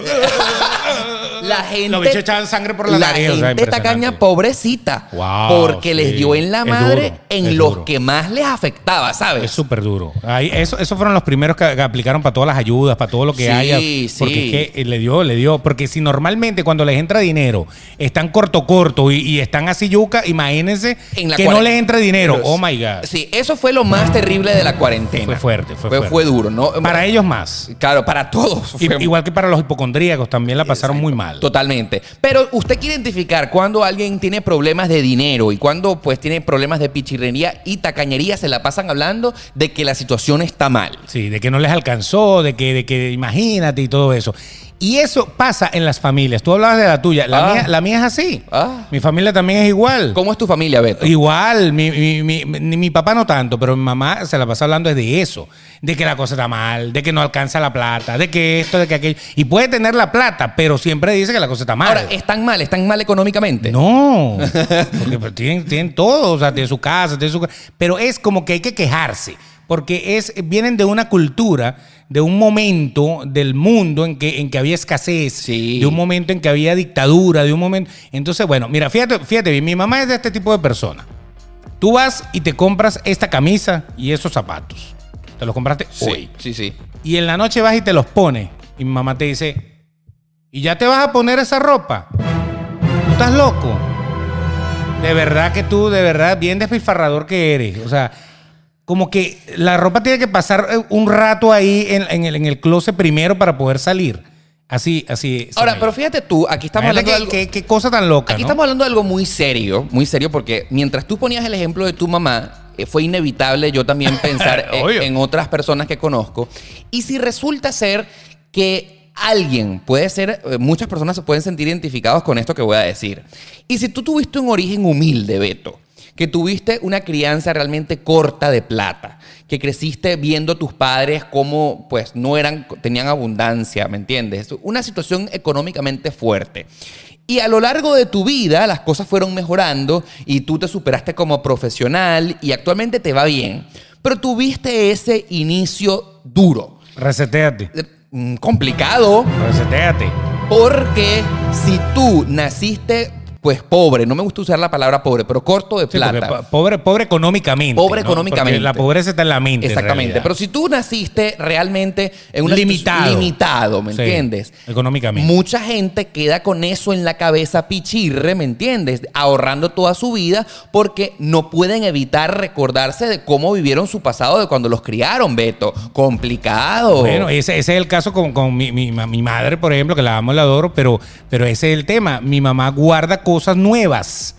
La gente.
Los bichos echaban sangre por la, nariz. o sea,
gente
impresionante.
tacaña pobrecita.
Wow,
porque les
sí.
dio en la
Es
madre
duro, es
en los
duro.
que más les afectaba,
Es
¿sabes?
súper duro. Ahí, eso, esos fueron los primeros que, que aplicaron para todas las ayudas, para todo lo que
Sí,
haya.
sí.
Porque es que eh, le dio, le dio. Porque si normalmente cuando les entra dinero están corto, corto y, y están así yuca, imagínense
En la
que
cuare-
no les entra dinero.
Pero-
Oh my God.
Sí, eso fue lo más terrible de la cuarentena.
Fue fuerte, fue
Fue,
fuerte.
duro, ¿no?
Para ellos más.
Claro, para todos.
I-
fue-
Igual que para los hipocondríacos también la pasaron muy mal.
Totalmente. Pero usted quiere identificar cuando alguien tiene problemas de dinero y cuando pues tiene problemas de pichirrería y tacañería, se la pasan hablando de que la situación está mal.
Sí, de que no les alcanzó, de que, de que imagínate y todo eso. Y eso pasa en las familias. Tú hablabas de la tuya. La,
Ah.
mía, la mía es así.
Ah.
Mi familia también es igual.
¿Cómo es tu familia, Beto?
Igual, mi, mi- mi- mi- mi papá no tanto, pero mi mamá se la pasa hablando es de eso, de que la cosa está mal, de que no alcanza la plata, de que esto, de que aquello. Y puede tener la plata, pero siempre dice que la cosa está mal.
Ahora, ¿están mal? ¿Están mal económicamente?
No, porque pues, tienen, tienen todo, o sea, tienen su casa, tienen su ca- Pero es como que hay que quejarse, porque es, vienen de una cultura, de un momento del mundo en que, en que había escasez,
Sí.
de un momento en que había dictadura, de un momento. Entonces, bueno, mira, fíjate, fíjate bien, mi mamá es de este tipo de persona. Tú vas y te compras esta camisa y esos zapatos. Te los compraste hoy.
Sí, sí, sí.
Y en la noche vas y te los pones. Y mi mamá te dice, ¿y ya te vas a poner esa ropa? ¿Tú estás loco? De verdad que tú, de verdad, bien despilfarrador que eres. O sea, como que la ropa tiene que pasar eh, un rato ahí en, en el, en el closet primero para poder salir. Así, así. es,
Ahora,
Samuel.
pero fíjate tú, aquí estamos
Imagínate
hablando de
qué,
algo...
qué- qué cosa tan loca,
Aquí
¿no?
estamos hablando de algo muy serio, muy serio, porque mientras tú ponías el ejemplo de tu mamá, eh, fue inevitable yo también pensar en,
Obvio.
en otras personas que conozco. Y si resulta ser que alguien puede ser, eh, muchas personas se pueden sentir identificados con esto que voy a decir. Y si tú tuviste un origen humilde, Beto, que tuviste una crianza realmente corta de plata, que creciste viendo a tus padres como pues no eran tenían abundancia, ¿me entiendes? Una situación económicamente fuerte. Y a lo largo de tu vida las cosas fueron mejorando y tú te superaste como profesional y actualmente te va bien, pero tuviste ese inicio duro,
Reseteate,
eh, mm, complicado,
reseteate.
porque si tú naciste pues pobre, no me gusta usar la palabra pobre, pero corto de
Sí, porque
plata.
po- pobre, pobre económicamente.
Pobre
¿no? Porque
económicamente.
La pobreza está en la mente. en
Exactamente.
realidad.
Pero si tú naciste realmente en un
Limitado.
limitado, ¿me
Sí,
entiendes?
económicamente.
Mucha gente queda con eso en la cabeza pichirre, ¿me entiendes? Ahorrando toda su vida porque no pueden evitar recordarse de cómo vivieron su pasado de cuando los criaron, Beto. Complicado.
Bueno, ese, ese es el caso con, con mi, mi ma- mi madre, por ejemplo, que la amo y la adoro, pero, pero ese es el tema. Mi mamá guarda cosas nuevas.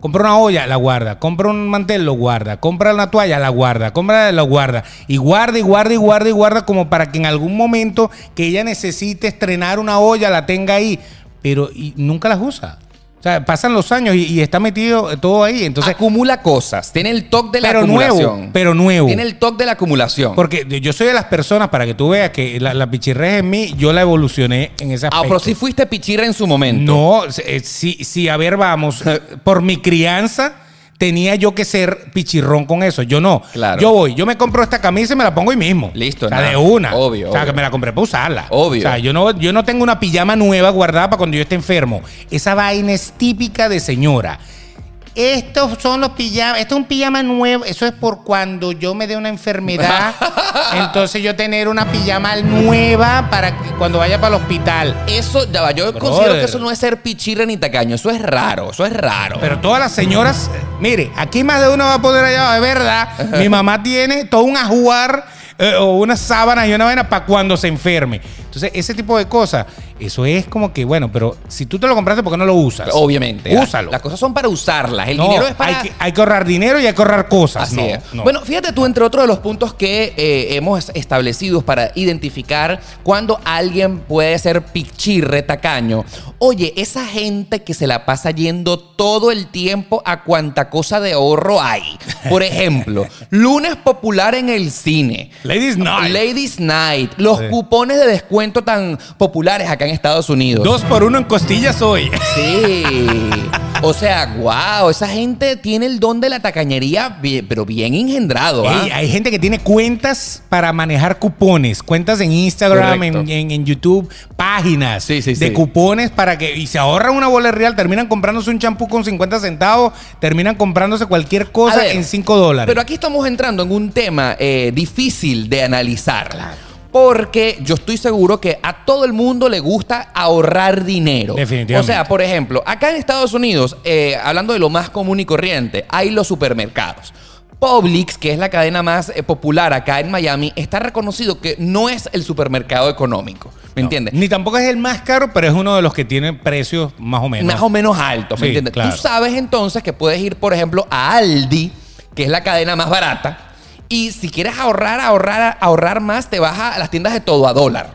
Compra una olla, la guarda. Compra un mantel, lo guarda. Compra una toalla, la guarda. Compra, la guarda. Y guarda, y guarda, y guarda, y guarda como para que en algún momento que ella necesite estrenar una olla, la tenga ahí. Pero y nunca las usa. O sea, pasan los años y, y está metido todo ahí. Entonces,
acumula cosas. Tiene el toque de la
Pero nuevo,
acumulación.
pero nuevo.
Tiene el toque de la acumulación.
porque yo soy de las personas, para que tú veas que la, la pichirrez en mí, yo la evolucioné en ese
Ah,
aspecto.
pero si fuiste pichirre en su momento.
No, eh, sí, sí, a ver, vamos. Por mi crianza tenía yo que ser pichirrón con eso. Yo no.
Claro.
Yo voy, yo me compro esta camisa y me la pongo hoy mismo.
Listo,
O sea,
nada.
de una.
Obvio,
O sea,
obvio.
que me la compré para usarla.
Obvio.
O sea, yo no, yo no tengo una pijama nueva guardada para cuando yo esté enfermo. Esa vaina es típica de señora. estos son los pijamas, esto es un pijama nuevo, eso es por cuando yo me dé una enfermedad, entonces yo tener una pijama nueva para que cuando vaya para el hospital.
Eso, ya va, yo considero que eso no es ser pichirre ni tacaño. Eso es raro, eso es raro.
Pero todas las señoras, eh, mire, aquí más de uno va a poner allá, es verdad, mi mamá tiene todo un ajuar eh, o una sábana y una vaina para cuando se enferme. Entonces, ese tipo de cosas, eso es como que, bueno, pero si tú te lo compraste, ¿por qué no lo usas?
Obviamente. ah,
Úsalo.
Las cosas son para usarlas. El
No,
dinero es para.
hay, que, hay que ahorrar dinero y hay que ahorrar cosas.
Así
no,
es.
no.
Bueno, fíjate tú, entre otros de los puntos que eh, hemos establecido para identificar cuando alguien puede ser pichirre, tacaño. Oye, esa gente que se la pasa yendo todo el tiempo a cuanta cosa de ahorro hay. Por ejemplo, lunes popular en el cine.
Ladies Night.
Ladies Night. Los
Sí.
cupones de descuento tan populares acá en Estados Unidos.
Dos por uno en costillas hoy.
Sí. O sea, wow, esa gente tiene el don de la tacañería, bi- pero bien engendrado. ¿ah?
Ey, hay gente que tiene cuentas para manejar cupones, cuentas en Instagram,
Correcto.
en, en- en YouTube, páginas
Sí, sí,
de
sí.
cupones para que y se ahorran una bola real, terminan comprándose un champú con 50 centavos, terminan comprándose cualquier cosa
A ver,
en 5 dólares.
Pero aquí estamos entrando en un tema eh, difícil de analizar. Porque yo estoy seguro que a todo el mundo le gusta ahorrar dinero.
Definitivamente.
O sea, por ejemplo, acá en Estados Unidos, eh, hablando de lo más común y corriente, hay los supermercados. Publix, que es la cadena más eh, popular acá en Miami, está reconocido que no es el supermercado económico. ¿Me
No.
entiendes?
Ni tampoco es el más caro, pero es uno de los que tiene precios más o menos.
más o menos alto, ¿me
Eh, Sí,
entiendes?
claro.
Tú sabes entonces que puedes ir, por ejemplo, a Aldi, que es la cadena más barata, y si quieres ahorrar, ahorrar, ahorrar más, te vas a las tiendas de todo a dólar.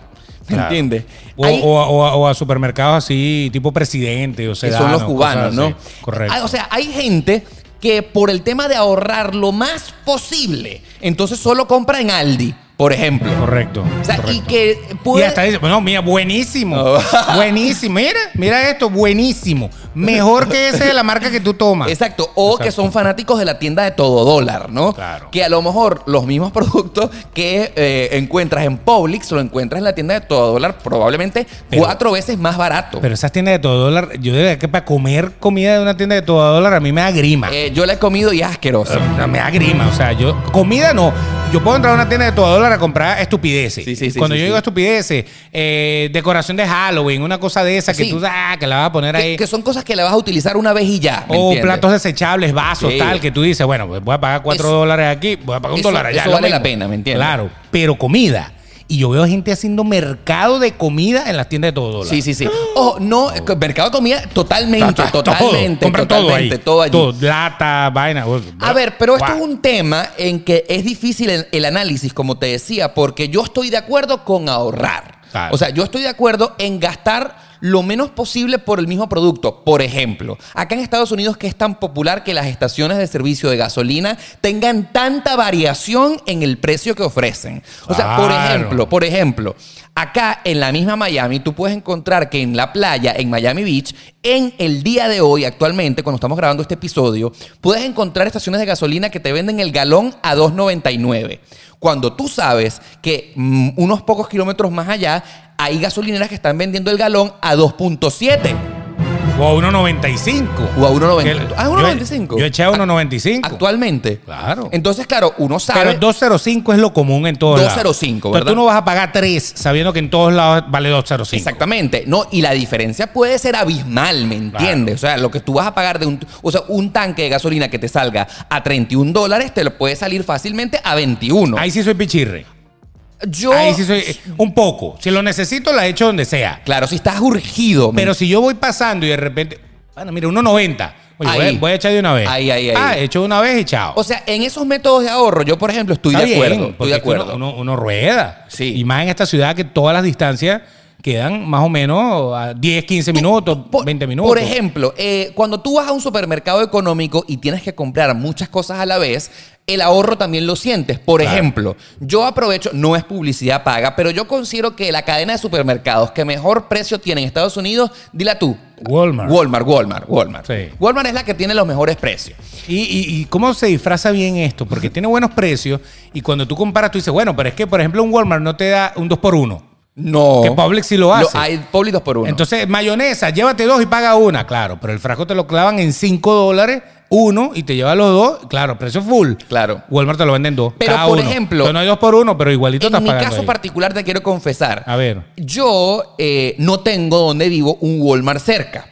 ¿Me
Claro.
entiendes?
O,
Ahí-
o a, o a- o a supermercados así, tipo presidente o
que
sea.
son los cubanos, ¿no?
Correcto.
Ah, O sea, hay gente que por el tema de ahorrar lo más posible, entonces solo compra en Aldi, por ejemplo.
correcto.
O sea, y
correcto.
que
Y
puede- Ah,
hasta dice, no, mira, buenísimo.
No.
buenísimo. Mira, mira esto, buenísimo. Mejor que ese de la marca que tú tomas.
Exacto, o
Exacto.
que son fanáticos de la tienda de todo dólar, ¿no?
Claro.
Que a lo mejor los mismos productos que eh, encuentras en Publix lo encuentras en la tienda de todo dólar probablemente
Pero-
cuatro veces más barato.
Pero esas tiendas de todo dólar, yo de verdad que para comer comida de una tienda de todo dólar a mí me da grima.
Eh, yo la he comido y es asqueroso.
O sea, me da grima, o sea, yo comida no. Yo puedo entrar a una tienda de todo dólar a comprar estupideces.
Sí, sí, sí,
Cuando
sí,
yo
sí.
digo estupideces, eh, decoración de Halloween, una cosa de esa que
Sí.
tú ah, que la vas a poner ahí.
que, que son cosas que la vas a utilizar una vez y ya. ¿me
O
entiendes?
platos desechables, vasos,
Sí.
tal, que tú dices, bueno, pues voy a pagar 4
Eso-
dólares aquí, voy a pagar un
eso-
dólar allá.
eso
es lo
vale la
mismo.
pena, ¿me entiendes?
Claro, pero comida. Y yo veo gente haciendo mercado de comida en las tiendas de todo dólar.
Sí, sí, sí. Ojo, no, eh, mercado de comida totalmente,
Está- está
totalmente,
Compran
totalmente,
todo
todo
ahí.
allí.
Todo, lata, vaina.
A ver, pero esto
Guau.
es un tema en que es difícil el, el análisis, como te decía, porque yo estoy de acuerdo con ahorrar.
Claro.
O sea, yo estoy de acuerdo en gastar lo menos posible por el mismo producto. Por ejemplo, acá en Estados Unidos que es tan popular que las estaciones de servicio de gasolina tengan tanta variación en el precio que ofrecen. O sea, por
Claro.
ejemplo, por ejemplo, acá en la misma Miami, tú puedes encontrar que en la playa, en Miami Beach, en el día de hoy, actualmente, cuando estamos grabando este episodio, puedes encontrar estaciones de gasolina que te venden el galón a 2.99. Cuando tú sabes que mm, unos pocos kilómetros más allá, hay gasolineras que están vendiendo el galón a 2.7
O a
o a
1.95. Que-
1.90. Ah,
yo-
1.95.
Yo eché a 1.95.
Actualmente.
Claro.
Entonces, claro, uno sabe.
Pero 205 es lo común en todos lados.
2.05,
Pero
¿verdad?
tú no vas a pagar 3 sabiendo que en todos lados vale 205.
Exactamente, no, y la diferencia puede ser abismal, ¿me entiendes? O sea, lo que tú vas a pagar de un, o sea, un tanque de gasolina que te salga a 31 dólares, te lo puede salir fácilmente a 21.
Ahí sí soy pichirre.
Yo,
Ahí sí soy eh, un poco. Si lo necesito, la echo donde sea.
claro, si estás urgido, ¿me
Pero si yo voy pasando y de repente, bueno, mira, 1.90. Oye, voy,
Ahí.
a- voy a echar de una vez.
Ahí, ahí, ahí.
Ah, echo de una vez y chao.
O sea, en esos métodos de ahorro, yo, por ejemplo, estoy
Está
de
bien,
acuerdo. estoy
porque
de
es que uno-
acuerdo.
Uno, uno rueda.
Sí.
Y más en esta ciudad que todas las distancias quedan más o menos a 10, 15 minutos, 20 minutos.
Por ejemplo, eh, cuando tú vas a un supermercado económico y tienes que comprar muchas cosas a la vez, el ahorro también lo sientes. Por
Claro.
ejemplo, yo aprovecho, no es publicidad paga, pero yo considero que la cadena de supermercados que mejor precio tiene en Estados Unidos, dila tú.
Walmart.
Walmart, Walmart, Walmart.
Sí.
Walmart es la que tiene los mejores precios.
¿Y, y, y cómo se disfraza bien esto? Porque tiene buenos precios y cuando tú comparas, tú dices, bueno, pero es que, por ejemplo, un Walmart no te da un 2x1.
No.
Que Publix sí lo hace.
hay Publix dos por uno.
Entonces, mayonesa, llévate dos y paga una, claro, pero el frasco te lo clavan en 5 dólares uno y te lleva los dos, claro, precio full.
Claro.
Walmart te lo venden dos.
Pero,
cada
por
uno.
ejemplo,
Entonces, no hay dos por uno, pero igualito estás
En mi
pagando.
caso
ahí.
particular te quiero confesar.
A ver.
Yo eh, no tengo donde vivo un Walmart cerca.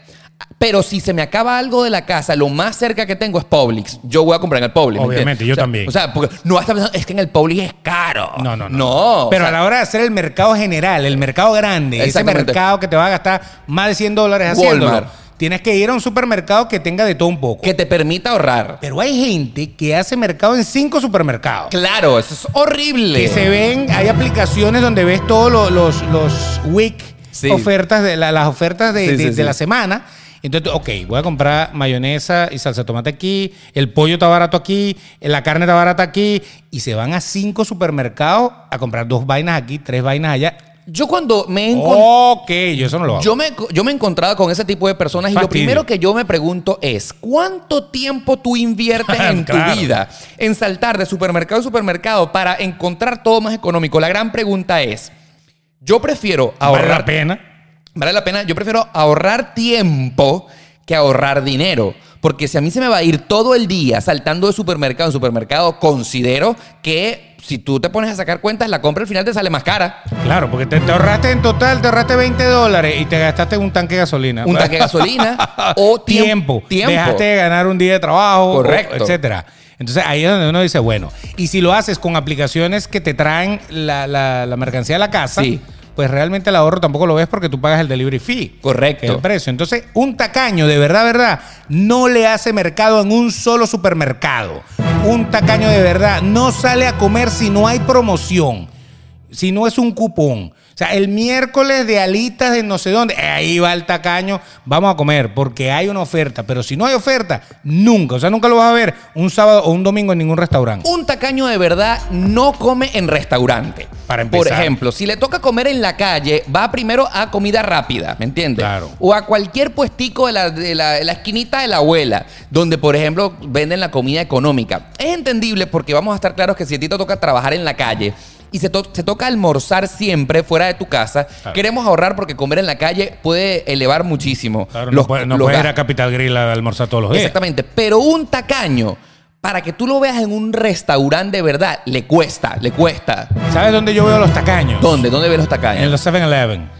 Pero si se me acaba algo de la casa, lo más cerca que tengo es Publix. Yo voy a comprar en el Publix. ¿me entiendes?
Obviamente, yo
O sea,
también.
O sea, porque no vas a estar pensando, es que en el Publix es caro.
No, no, no.
No. o
Pero
sea,
a la hora de hacer el mercado general, el mercado grande, ese
Exactamente.
mercado que te va a gastar más de 100 dólares haciéndolo,
Walmart.
tienes que ir a un supermercado que tenga de todo un poco.
que te permita ahorrar.
Pero hay gente que hace mercado en cinco supermercados.
Claro, eso es horrible.
Que se ven, hay aplicaciones donde ves todos lo- los, los week
Sí.
ofertas, de, la- las ofertas de,
Sí,
de-
sí,
de
sí.
la semana. Entonces, ok, voy a comprar mayonesa y salsa de tomate aquí, el pollo está barato aquí, la carne está barata aquí, y se van a cinco supermercados a comprar dos vainas aquí, tres vainas allá.
Yo cuando me he
Oh,
encontrado...
Ok, yo eso no lo hago.
Yo me, yo me he encontrado con ese tipo de personas y lo
Fastidio.
primero que yo me pregunto es, ¿cuánto tiempo tú inviertes en tu
Claro.
vida en saltar de supermercado a supermercado para encontrar todo más económico? La gran pregunta es, yo prefiero
¿Vale
ahorrar...
la pena?
vale la pena, yo prefiero ahorrar tiempo que ahorrar dinero. Porque si a mí se me va a ir todo el día saltando de supermercado en supermercado, considero que si tú te pones a sacar cuentas, la compra al final te sale más cara.
Claro, porque te, te ahorraste en total, te ahorraste 20 dólares y te gastaste un tanque de gasolina.
Un tanque de gasolina o tiemp-
tiempo,
tiempo.
Dejaste de ganar un día de trabajo,
Correcto.
o- etcétera. Entonces ahí es donde uno dice, bueno, y si lo haces con aplicaciones que te traen la, la- la mercancía a la casa,
Sí.
pues realmente el ahorro tampoco lo ves porque tú pagas el delivery fee.
Correcto.
que es El precio. Entonces, un tacaño, de verdad, verdad, no le hace mercado en un solo supermercado. Un tacaño de verdad no sale a comer si no hay promoción si no es un cupón. O sea, el miércoles de alitas de no sé dónde, eh, ahí va el tacaño, vamos a comer, porque hay una oferta. Pero si no hay oferta, nunca, o sea, nunca lo vas a ver un sábado o un domingo en ningún restaurante.
Un tacaño de verdad no come en restaurante.
Para empezar.
Por ejemplo, si le toca comer en la calle, va primero a comida rápida, ¿me entiendes?
Claro.
O a cualquier puestico de la, de la- de la esquinita de la abuela, donde, por ejemplo, venden la comida económica. Es entendible porque vamos a estar claros que si a ti te toca trabajar en la calle y se, to- te toca almorzar siempre fuera de tu casa,
Claro.
queremos ahorrar porque comer en la calle puede elevar muchísimo
Claro,
los-
no puedes, no
los
puedes ir
gastos.
a Capital Grill a almorzar todos los días.
Exactamente. Pero un tacaño, para que tú lo veas en un restaurante de verdad, le cuesta, le cuesta.
¿Sabes dónde yo veo los tacaños?
¿Dónde? ¿Dónde ves los
En
tacaños?
los 7-Eleven.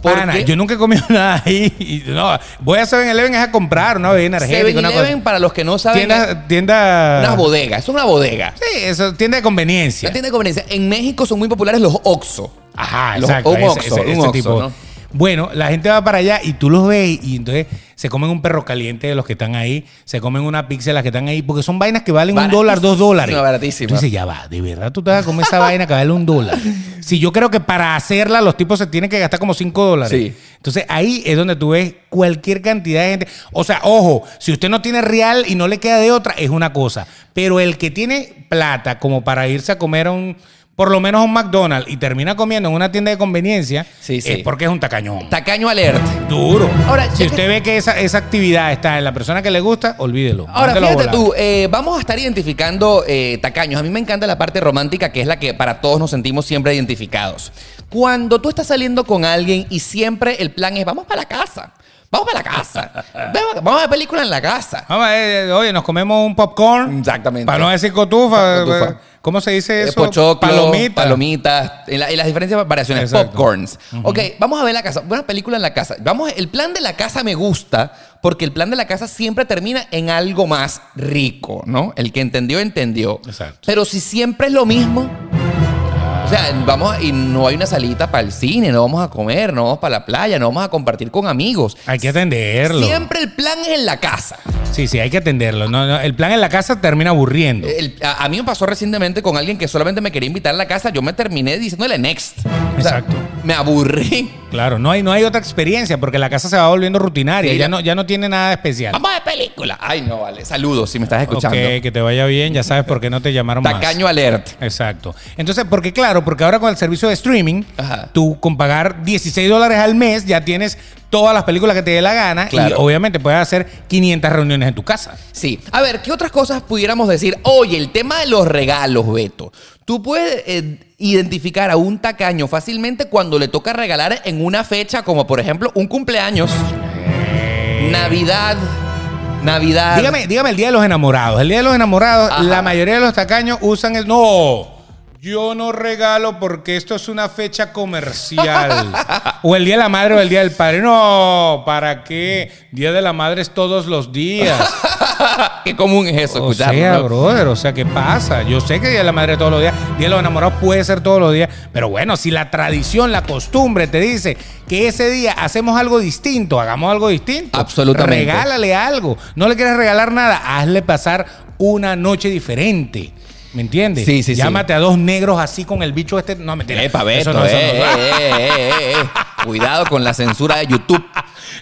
¿Por
Pana,
qué?
yo nunca he comido nada ahí. y no, voy a 7-Eleven es a comprar una bebida energética, una
7-Eleven,
cosa.
para los que no saben, es
Tienda, tienda...
una bodega. Es una bodega.
Sí, eso, tienda de conveniencia.
No tiene conveniencia. En México son muy populares los Oxxo.
Ajá,
Los-
exacto.
un
ese-
Oxxo,
ese-
un
ese
Oxxo,
tipo.
¿no?
Bueno, la gente va para allá y tú los ves y entonces se comen un perro caliente de los que están ahí, se comen una pizza de las que están ahí, porque son vainas que valen un
Baratísima,
dólar, dos dólares.
baratísima.
Tú dices, ya va, de verdad tú te vas a comer esa vaina que vale un dólar. Si yo creo que para hacerla los tipos se tienen que gastar como cinco dólares.
Sí.
Entonces ahí es donde tú ves cualquier cantidad de gente. O sea, ojo, si usted no tiene real y no le queda de otra, es una cosa. Pero el que tiene plata como para irse a comer a un, por lo menos a un McDonald's y termina comiendo en una tienda de conveniencia,
Sí, sí.
es porque es un tacañón.
Tacaño alert.
Duro.
Ahora,
si
ya que-
usted ve que esa, esa actividad está en la persona que le gusta, olvídelo.
Ahora,
Mándelo a
fíjate
volar.
tú, eh, vamos a estar identificando eh, tacaños. A mí me encanta la parte romántica, que es la que para todos nos sentimos siempre identificados. Cuando tú estás saliendo con alguien y siempre el plan es, vamos para la casa, vamos para la casa, vamos a- vamos a ver película en la casa.
Vamos, eh, eh, oye, nos comemos un popcorn.
Exactamente.
Para no decir cotufa.
Cotufa.
eh, ¿Cómo se dice
Eh,
eso?
pochoclo,
Palomita.
palomitas, en, la- en las diferentes variaciones,
Exacto.
popcorns. Ok, vamos a ver la casa, una película en la casa. Vamos, el plan de la casa me gusta porque el plan de la casa siempre termina en algo más rico, ¿no? El que entendió, entendió.
Exacto.
Pero si siempre es lo mismo, o sea, vamos y no hay una salita para el cine, no vamos a comer, no vamos para la playa, no vamos a compartir con amigos.
Hay que atenderlo.
Siempre el plan es en la casa.
Sí, sí, hay que atenderlo. No, no, el plan en la casa termina aburriendo.
El- a, a mí me pasó recientemente con alguien que solamente me quería invitar a la casa. Yo me terminé diciéndole next. O sea,
Exacto.
me aburrí.
Claro, no hay, no hay otra experiencia porque la casa se va volviendo rutinaria.
Sí,
ya,
la-
no, ya no tiene nada de especial.
Vamos a ver película. Ay, no, vale. Saludos si me estás
Ok,
escuchando.
que te vaya bien. Ya sabes por qué no te llamaron más.
Tacaño alert.
Exacto. Entonces, porque claro, porque ahora con el servicio de streaming,
Ajá.
tú con pagar 16 dólares al mes ya tienes todas las películas que te dé la gana y
Claro.
obviamente puedes hacer 500 reuniones en tu casa.
Sí. A ver, ¿qué otras cosas pudiéramos decir? Oye, el tema de los regalos, Beto. Tú puedes eh, identificar a un tacaño fácilmente cuando le toca regalar en una fecha como, por ejemplo, un cumpleaños, Navidad, Navidad.
Dígame, dígame el día de los enamorados. El día de los enamorados,
Ajá.
la mayoría de los tacaños usan el. ¡No! Yo no regalo porque esto es una fecha comercial. o el día de la madre o el día del padre. No, ¿para qué? Día de la madre es todos los días.
Qué común es eso,
O
escucharlo.
sea,
¿no?
brother, o sea, ¿qué pasa? Yo sé que Día de la Madre todos los días, Día de los Enamorados puede ser todos los días, pero bueno, si la tradición, la costumbre te dice que ese día hacemos algo distinto, hagamos algo distinto.
Absolutamente.
Regálale algo. No le quieres regalar nada, hazle pasar una noche diferente. ¿Me entiendes?
Sí, sí, sí.
Llámate a dos negros así con el bicho este. No, mentira.
Epa,
Eso
Beto,
no, eso
eh,
no.
eh, eh, eh, eh, eh. Cuidado con la censura de YouTube.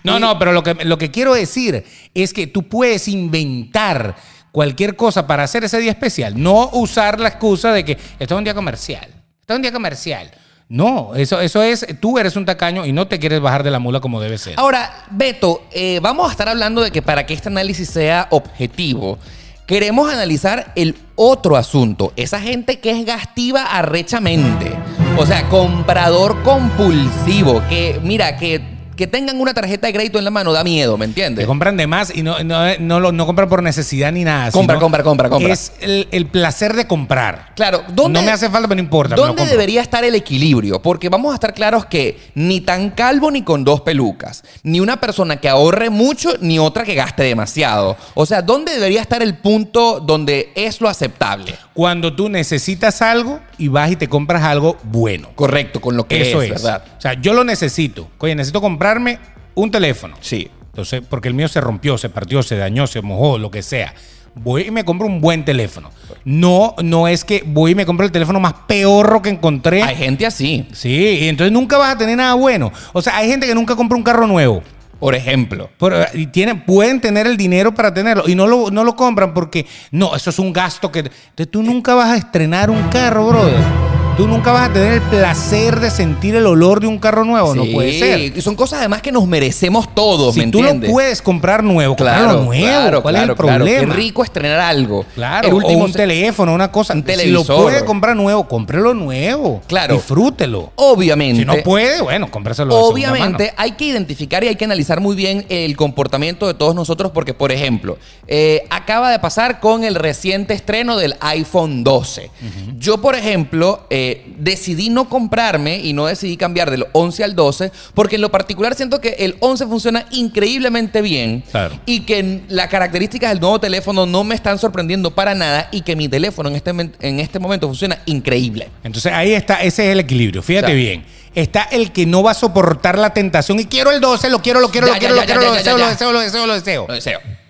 No, no, pero lo que, lo que quiero decir es que tú puedes inventar cualquier cosa para hacer ese día especial. No usar la excusa de que esto es un día comercial. Esto es un día comercial. No, eso, eso es, tú eres un tacaño y no te quieres bajar de la mula como debe ser.
Ahora, Beto, eh, vamos a estar hablando de que para que este análisis sea objetivo, queremos analizar el otro asunto. Esa gente que es gastiva arrechamente. O sea, comprador compulsivo. Que, mira, que, que tengan una tarjeta de crédito en la mano da miedo, ¿me
Te
entiendes?
compran de más y no, no, no lo- no compran por necesidad ni nada.
Compra,
sino
compra, compra, compra.
Es el, el placer de comprar.
Claro, ¿dónde,
no me hace falta, pero no importa. me lo
¿Dónde
compro.
debería estar el equilibrio? Porque vamos a estar claros que ni tan calvo ni con dos pelucas, ni una persona que ahorre mucho ni otra que gaste demasiado. O sea, ¿dónde debería estar el punto donde es lo aceptable?
Cuando tú necesitas algo y vas y te compras algo bueno.
Correcto, con lo que
Eso
es,
es.
¿verdad?
O sea, yo lo necesito. Oye, necesito comprarme un teléfono.
Sí.
Entonces, porque el mío se rompió, se partió, se dañó, se mojó, lo que sea. Voy y me compro un buen teléfono. No, no es que voy y me compro el teléfono más peorro que encontré.
Hay gente así,
Sí, y entonces nunca vas a tener nada bueno. O sea, hay gente que nunca compra un carro nuevo.
por ejemplo.
Pero, eh, y tienen, pueden tener el dinero para tenerlo y no lo, no lo compran porque no, eso es un gasto que. Entonces tú nunca vas a estrenar un carro, brother. Tú nunca vas a tener el placer de sentir el olor de un carro nuevo. No
Sí,
puede ser.
y Son cosas además que nos merecemos todos, ¿me
Si tú lo
entiendes?
puedes comprar nuevo, claro, nuevo. ¿Cuál es el
claro.
problema?
Qué rico estrenar algo.
Claro,
el último
o un
se-
teléfono, una cosa.
un
si lo
televisor.
puede comprar nuevo, cómprelo nuevo.
Claro.
Disfrútelo.
Obviamente.
Si no puede, bueno, cómpraselo de segunda mano.
Obviamente hay que identificar y hay que analizar muy bien el comportamiento de todos nosotros porque, por ejemplo, eh, acaba de pasar con el reciente estreno del iPhone 12. Yo, por ejemplo, eh, decidí no comprarme y no decidí cambiar del 11 al 12 porque en lo particular siento que el 11 funciona increíblemente bien
Claro.
y que n- las características del nuevo teléfono no me están sorprendiendo para nada y que mi teléfono en este, men- en este momento funciona increíble.
Entonces ahí está, ese es el equilibrio. Fíjate
Claro.
bien. Está el que no va a soportar la tentación y quiero el 12, lo quiero, lo quiero,
Ya,
lo
ya,
quiero,
ya,
lo
ya,
quiero, lo
ya, ya,
deseo, lo
ya.
deseo, lo deseo, lo deseo.
Lo deseo.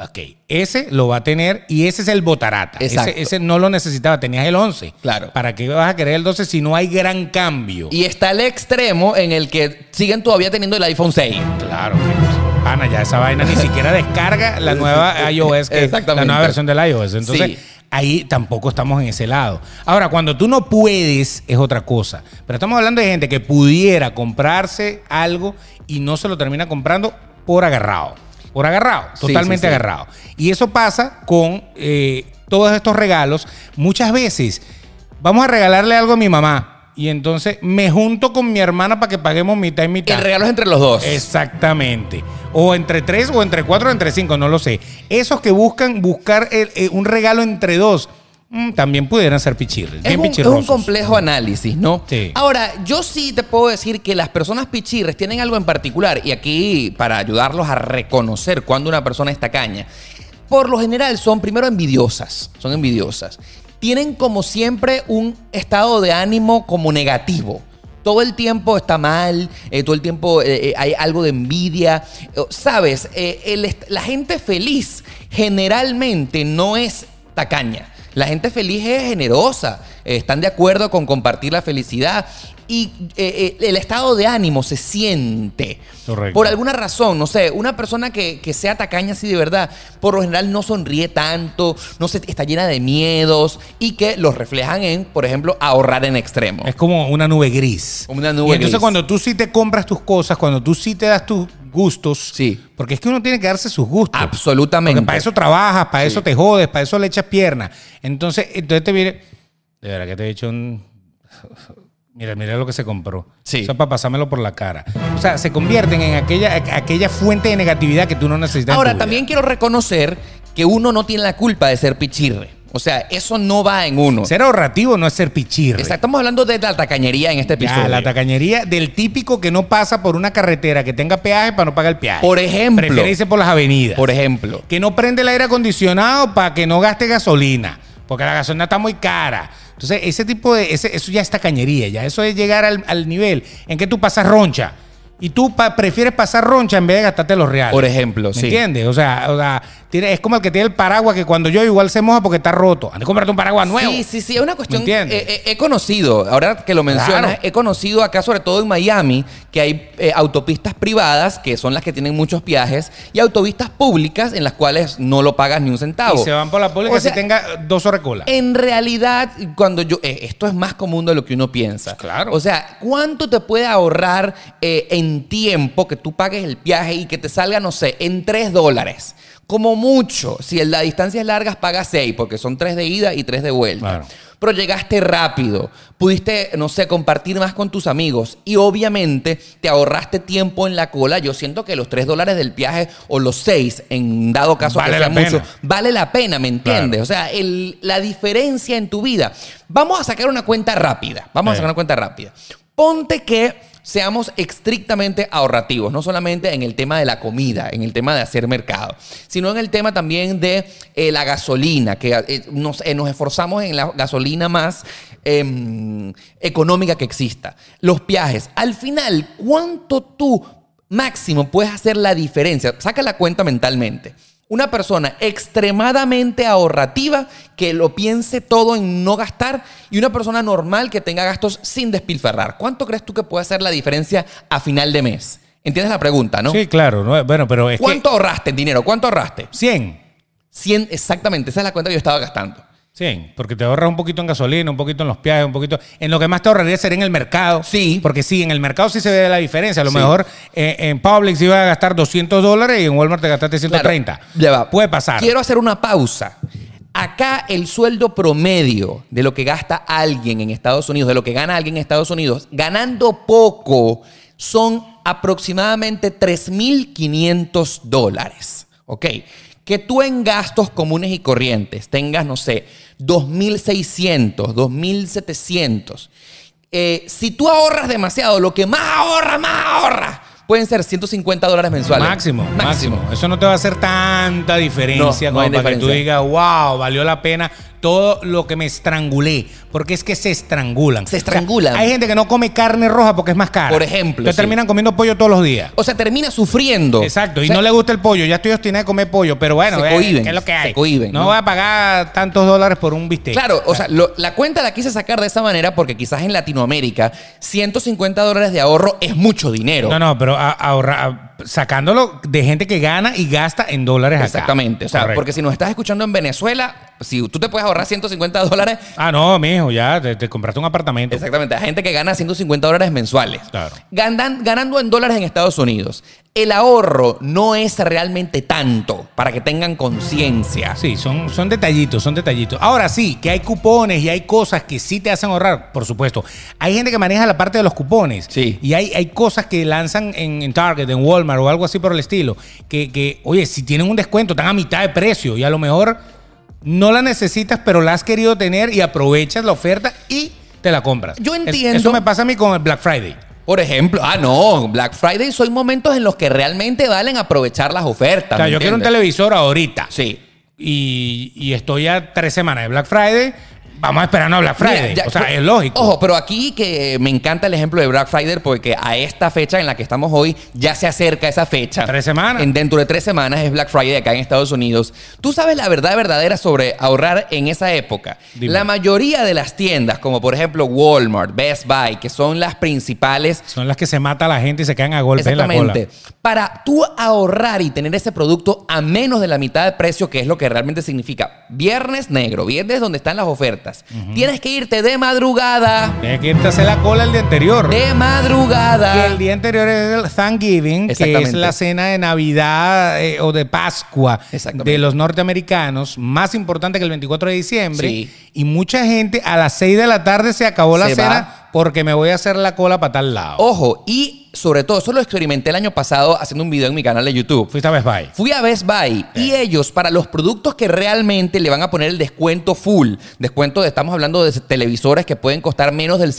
Ok, ese lo va a tener y ese es el botarata.
Exacto.
Ese, ese no lo necesitaba, tenías el 11.
Claro.
¿Para qué vas a querer el 12 si no hay gran cambio?
Y está el extremo en el que siguen todavía teniendo el iPhone 6.
Claro, que pues, pana, ya esa vaina ni siquiera descarga la nueva iOS, que, la
Exactamente.
nueva versión del iOS. Entonces,
Sí.
ahí tampoco estamos en ese lado. Ahora, cuando tú no puedes, es otra cosa. Pero estamos hablando de gente que pudiera comprarse algo y no se lo termina comprando por agarrado. Por agarrado,
Sí,
totalmente
sí, sí.
agarrado. Y eso pasa con eh, todos estos regalos. Muchas veces vamos a regalarle algo a mi mamá. Y entonces me junto con mi hermana para que paguemos mitad y mitad.
El regalo es entre los dos.
Exactamente. O entre tres, o entre cuatro, o entre cinco, no lo sé. Esos que buscan buscar el- eh, un regalo entre dos, mm, también pudieran ser pichirres.
Es
bien
un, es un
pichirrosos.
complejo análisis, ¿no?
Sí.
Ahora, yo sí te puedo decir que las personas pichirres tienen algo en particular, y aquí para ayudarlos a reconocer cuando una persona es tacaña. Por lo general son primero envidiosas, son envidiosas. Tienen como siempre un estado de ánimo como negativo. Todo el tiempo está mal, eh, todo el tiempo eh, eh, hay algo de envidia. Eh, Sabes, Eh, el est- la gente feliz generalmente no es tacaña. La gente feliz es generosa, eh, están de acuerdo con compartir la felicidad y eh, eh, el estado de ánimo se siente.
Correcto.
Por alguna razón, no sé, una persona que, que sea tacaña así de verdad, por lo general no sonríe tanto, no se, está llena de miedos y que los reflejan en, por ejemplo, ahorrar en extremo.
Es como una nube gris.
Como una nube
Y entonces
gris.
cuando tú sí te compras tus cosas, cuando tú sí te das tus gustos,
Sí.
porque es que uno tiene que darse sus gustos.
Absolutamente.
Porque para eso trabajas, para eso te jodes, para eso le echas pierna. Entonces, entonces te viene, de verdad que te he hecho un... Mira, mira lo que se compró.
Sí.
Eso es para pasármelo por la cara. O sea, se convierten en aquella, aquella fuente de negatividad que tú no necesitas. en tu
Ahora,
vida.
también quiero reconocer que uno no tiene la culpa de ser pichirre. O sea, eso no va en uno.
Ser ahorrativo no es ser pichirre.
Exacto, estamos hablando de la tacañería en este episodio.
Ya, la tacañería del típico que no pasa por una carretera que tenga peaje para no pagar el peaje.
Por ejemplo.
Prefiere irse por las avenidas.
Por ejemplo.
que no prende el aire acondicionado para que no gaste gasolina, porque la gasolina está muy cara. Entonces, ese tipo de, ese- eso ya es tacañería, ya eso es llegar al, al nivel en que tú pasas roncha. Y tú pa- prefieres pasar roncha en vez de gastarte los reales.
Por ejemplo,
¿Me
sí.
entiendes? O sea, o sea, tiene- es como el que tiene el paraguas que cuando yo igual se moja porque está roto. Anda, cómprate un paraguas nuevo.
Sí, sí, sí, es una cuestión.
¿Me entiendes?
eh, eh, he conocido, ahora que lo mencionas,
Claro.
he conocido acá, sobre todo en Miami, que hay eh, autopistas privadas, que son las que tienen muchos viajes, y autopistas públicas en las cuales no lo pagas ni un centavo.
Y se van por la pública
O sea, eh,
si tenga dos horas de cola.
En realidad, cuando yo. eh, esto es más común de lo que uno piensa.
Claro.
O sea, ¿cuánto te puede ahorrar eh, en tiempo que tú pagues el viaje y que te salga, no sé, en 3 dólares? Como mucho. Si la distancia es larga, pagas 6, porque son 3 de ida y 3 de vuelta.
Claro.
Pero llegaste rápido, pudiste, no sé, compartir más con tus amigos y obviamente te ahorraste tiempo en la cola. Yo siento que los 3 dólares del viaje o los 6, en dado caso
Vale
que
la
sea mucho,
pena.
vale la pena, ¿me entiendes?
Claro.
O sea, el- la diferencia en tu vida. Vamos a sacar una cuenta rápida. Vamos a
Sí.
sacar una cuenta rápida. Ponte que seamos estrictamente ahorrativos, no solamente en el tema de la comida, en el tema de hacer mercado, sino en el tema también de eh, la gasolina, que eh, nos, eh, nos esforzamos en la gasolina más em, económica que exista. Los viajes, al final, ¿cuánto tú máximo puedes hacer la diferencia. Saca la cuenta mentalmente. Una persona extremadamente ahorrativa que lo piense todo en no gastar y una persona normal que tenga gastos sin despilfarrar. ¿Cuánto crees tú que puede hacer la diferencia a final de mes? ¿Entiendes la pregunta, no?
Sí, claro. no, bueno, pero es
¿Cuánto ahorraste en dinero? ¿Cuánto ahorraste?
que... 100.
100, exactamente, esa es la cuenta que yo estaba gastando.
Sí, porque te ahorras un poquito en gasolina, un poquito en los viajes, un poquito. En lo que más te ahorraría sería en el mercado.
Sí.
Porque sí, en el mercado sí se ve la diferencia. A lo
Sí.
mejor eh, en Publix ibas a gastar 200 dólares y en Walmart te gastaste 130.
Claro, ya va.
Puede pasar.
Quiero hacer una pausa. Acá el sueldo promedio de lo que gasta alguien en Estados Unidos, de lo que gana alguien en Estados Unidos, ganando poco, son aproximadamente 3.500 dólares. ¿Ok? Que tú en gastos comunes y corrientes tengas, no sé, 2.600, 2.700. Eh, si tú ahorras demasiado, lo que más ahorra, más ahorra, pueden ser 150 dólares mensuales.
Máximo, máximo, Eso no te va a hacer tanta diferencia
No, no
como
hay
para que tú
diferencia.
digas, wow, valió la pena todo lo que me estrangulé. Porque es que se estrangulan.
Se estrangulan.
O sea, hay gente que no come carne roja porque es más cara.
Por ejemplo,
Entonces
sí.
terminan comiendo pollo todos los días.
O sea, termina sufriendo.
Exacto,
O
y
sea,
no le gusta el pollo. Ya estoy obstinado de comer pollo, pero bueno,
Se
eh,
cohíben,
¿qué es lo que
se
hay?
cohíben,
no,
¿no?
voy a pagar tantos dólares por un bistec.
Claro, o sea, lo- la cuenta la quise sacar de esa manera porque quizás en Latinoamérica 150 dólares de ahorro es mucho dinero.
No, no, pero a- ahorra- a- sacándolo de gente que gana y gasta en dólares acá.
Exactamente. O sea,
Correcto.
porque si nos estás escuchando en Venezuela, si tú te puedes ahorrar 150 dólares,
Ah, no, mijo, ya te, te compraste un apartamento.
Exactamente, hay gente que gana 150 dólares mensuales.
Claro.
Ganan- ganando en dólares en Estados Unidos. El ahorro no es realmente tanto, para que tengan conciencia.
Sí, son, son detallitos, son detallitos. Ahora sí, que hay cupones y hay cosas que sí te hacen ahorrar, por supuesto. Hay gente que maneja la parte de los cupones.
Sí.
Y hay, hay cosas que lanzan en, en Target, en Walmart o algo así por el estilo. Que, que, oye, si tienen un descuento, están a mitad de precio y a lo mejor no la necesitas, pero la has querido tener y aprovechas la oferta y te la compras.
Yo
Es-
entiendo.
eso me pasa a mí con el Black Friday.
Por ejemplo, ah, no, Black Friday son momentos en los que realmente valen aprovechar las ofertas.
O sea,
¿me
yo quiero un
entiendes?
televisor ahorita.
Sí.
Y, y estoy a tres semanas de Black Friday. Vamos esperando a Black Friday.
Mira, ya-
o sea,
pero-
es lógico.
Ojo, pero aquí que me encanta el ejemplo de Black Friday porque a esta fecha en la que estamos hoy ya se acerca esa fecha.
Tres semanas.
En- dentro de tres semanas es Black Friday acá en Estados Unidos. Tú sabes la verdad verdadera sobre ahorrar en esa época.
Dime.
La mayoría de las tiendas, como por ejemplo Walmart, Best Buy, que son las principales
Son las que se mata a la gente y se quedan a golpe en la cola.
Exactamente. Para tú ahorrar y tener ese producto a menos de la mitad de precio, que es lo que realmente significa. Viernes negro, viernes donde están las ofertas. Tienes que irte de madrugada.
Tienes que irte a hacer la cola el día anterior.
De
Que
madrugada.
el día anterior es el Thanksgiving, que es
Exactamente.
la cena de Navidad eh, o de Pascua
Exactamente.
de los norteamericanos, más importante que el 24 de diciembre.
Sí.
Y mucha gente a las 6 de la tarde se acabó la
Se
cena
va. Oh.
porque me voy a hacer la cola para tal lado.
Ojo, y sobre todo, eso lo experimenté el año pasado haciendo un video en mi canal de YouTube.
Fuiste a Best Buy.
Fui a Best Buy y
Eh.
ellos, para los productos que realmente le van a poner el descuento full, descuento de, estamos hablando de televisores que pueden costar menos del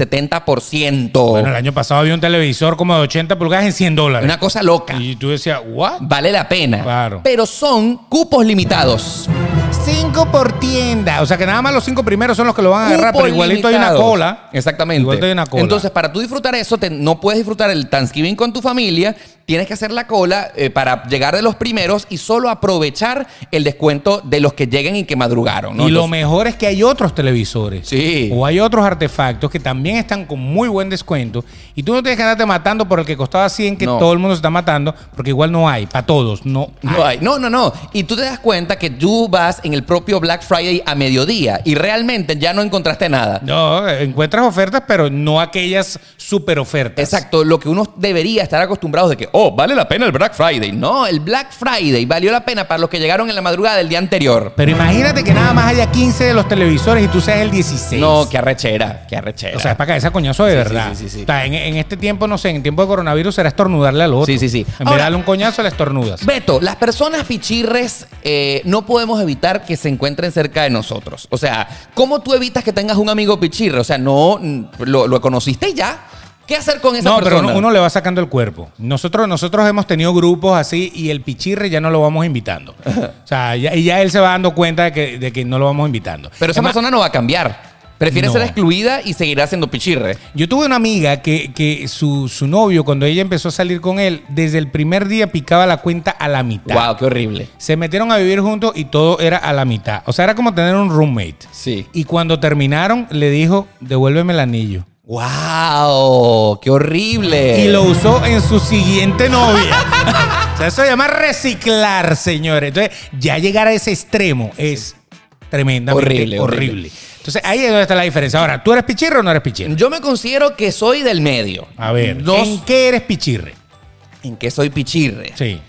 70%.
Bueno, el año pasado había un televisor como de 80 pulgadas en 100 dólares.
Una cosa loca.
Y tú decías, ¿what?
Vale la pena.
Claro.
Pero son cupos limitados.
5 por tienda. O sea que nada más los 5 primeros son los que lo van a agarrar,
Cupos
Ah, pero igualito hay una
limitados.
cola.
Exactamente.
Igualito hay una cola.
Entonces, para tú disfrutar eso, te- no puedes disfrutar el Thanksgiving con tu familia. Tienes que hacer la cola eh, para llegar de los primeros y solo aprovechar el descuento de los que lleguen y que madrugaron. ¿no?
y lo
Entonces-
mejor es que hay otros televisores.
Sí.
O hay otros artefactos que también están con muy buen descuento. Y tú no tienes que andarte matando por el que costaba 100, que
No.
todo el mundo se está matando, porque igual no hay. Para todos, no.
No hay. No, no, no. Y tú te das cuenta que tú vas en el propio Black Friday a mediodía y realmente ya no encontraste nada.
No, encuentras ofertas, pero no aquellas super ofertas.
Exacto, lo que uno debería estar acostumbrados de que, oh, vale la pena el Black Friday. No, el Black Friday valió la pena para los que llegaron en la madrugada del día anterior.
Pero imagínate que nada más haya 15 de los televisores y tú seas el 16.
No, qué arrechera, qué arrechera.
O sea, es para cabeza coñazo de
Sí, sí,
verdad.
sí, sí, sí.
O sea, en, en este tiempo, no sé, en tiempo de coronavirus será estornudarle al otro.
Sí, sí, sí.
En vez de
Ahora-
darle un coñazo, le estornudas.
Beto, las personas pichirres eh, no podemos evitar que se encuentren cerca de nosotros. O sea, ¿cómo tú evitas que tengas un amigo pichirre? O sea, no mm, lo, lo conociste y ya. ¿Qué hacer con esa
No,
persona?
pero uno, uno le va sacando el cuerpo. Nosotros, nosotros hemos tenido grupos así y el pichirre ya no lo vamos invitando. O sea, ya, y ya él se va dando cuenta de que, de que no lo vamos invitando.
Pero esa
Es más,
persona no va a cambiar. Prefiere
No.
ser excluida y seguirá siendo pichirre.
Yo tuve una amiga que, que su, su novio, cuando ella empezó a salir con él, desde el primer día picaba la cuenta a la mitad.
Wow, qué horrible.
Se metieron a vivir juntos y todo era a la mitad. O sea, era como tener un roommate.
Sí.
Y cuando terminaron, le dijo, devuélveme el anillo.
Wow, qué horrible.
Y lo usó en su siguiente novia. o sea, eso se llama reciclar, señores. Entonces, ya llegar a ese extremo es tremendamente horrible.
Horrible, horrible.
Entonces, ahí es donde está la diferencia. Ahora, ¿tú eres pichirre o no eres pichirre?
Yo me considero que soy del medio.
A ver,
No-
¿en qué eres pichirre?
¿En qué soy pichirre?
Sí.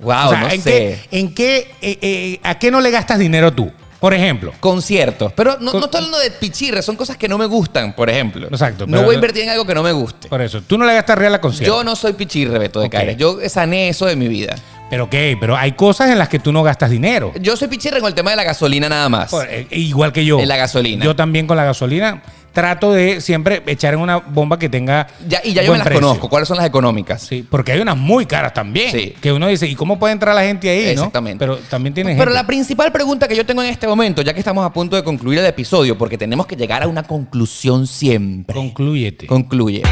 Wow,
O sea,
Ah, no
¿en
sé.
qué, en qué eh, eh, ¿a qué no le gastas dinero tú? Por ejemplo.
Conciertos. Pero no,
Con-
no estoy hablando de pichirre, son cosas que no me gustan, por ejemplo.
Exacto,
No
pero-
voy a invertir en algo que no me guste.
Por eso, tú no le gastas real a concierto.
Yo no soy pichirre, Beto de
Ok.
Cares. Yo sané eso de mi vida.
Pero qué, pero hay cosas en las que tú no gastas dinero.
Yo soy pichirre con el tema de la gasolina nada más.
Por- eh, igual que yo.
En la gasolina.
Yo también con la gasolina trato de siempre echar en una bomba que tenga.
Ya- y ya yo
buen
me las
precio.
conozco. ¿Cuáles son las económicas?
Sí, porque hay unas muy caras también.
Sí.
Que uno dice, ¿y cómo puede entrar la gente ahí? no?
Exactamente.
Pero también tiene
Pero la
gente.
principal pregunta que yo tengo en este momento, ya que estamos a punto de concluir el episodio, porque tenemos que llegar a una conclusión siempre.
Conclúyete.
Concluye.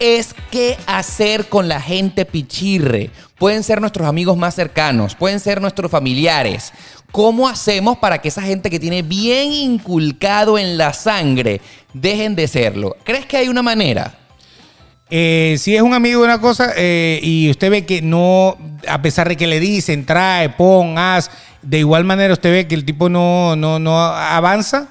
Es qué hacer con la gente pichirre. Pueden ser nuestros amigos más cercanos, pueden ser nuestros familiares. ¿Cómo hacemos para que esa gente que tiene bien inculcado en la sangre dejen de serlo? ¿Crees que hay una manera?
Eh, si es un amigo de una cosa eh, y usted ve que no, a pesar de que le dicen, trae, pon, haz, de igual manera usted ve que el tipo no, no, no avanza.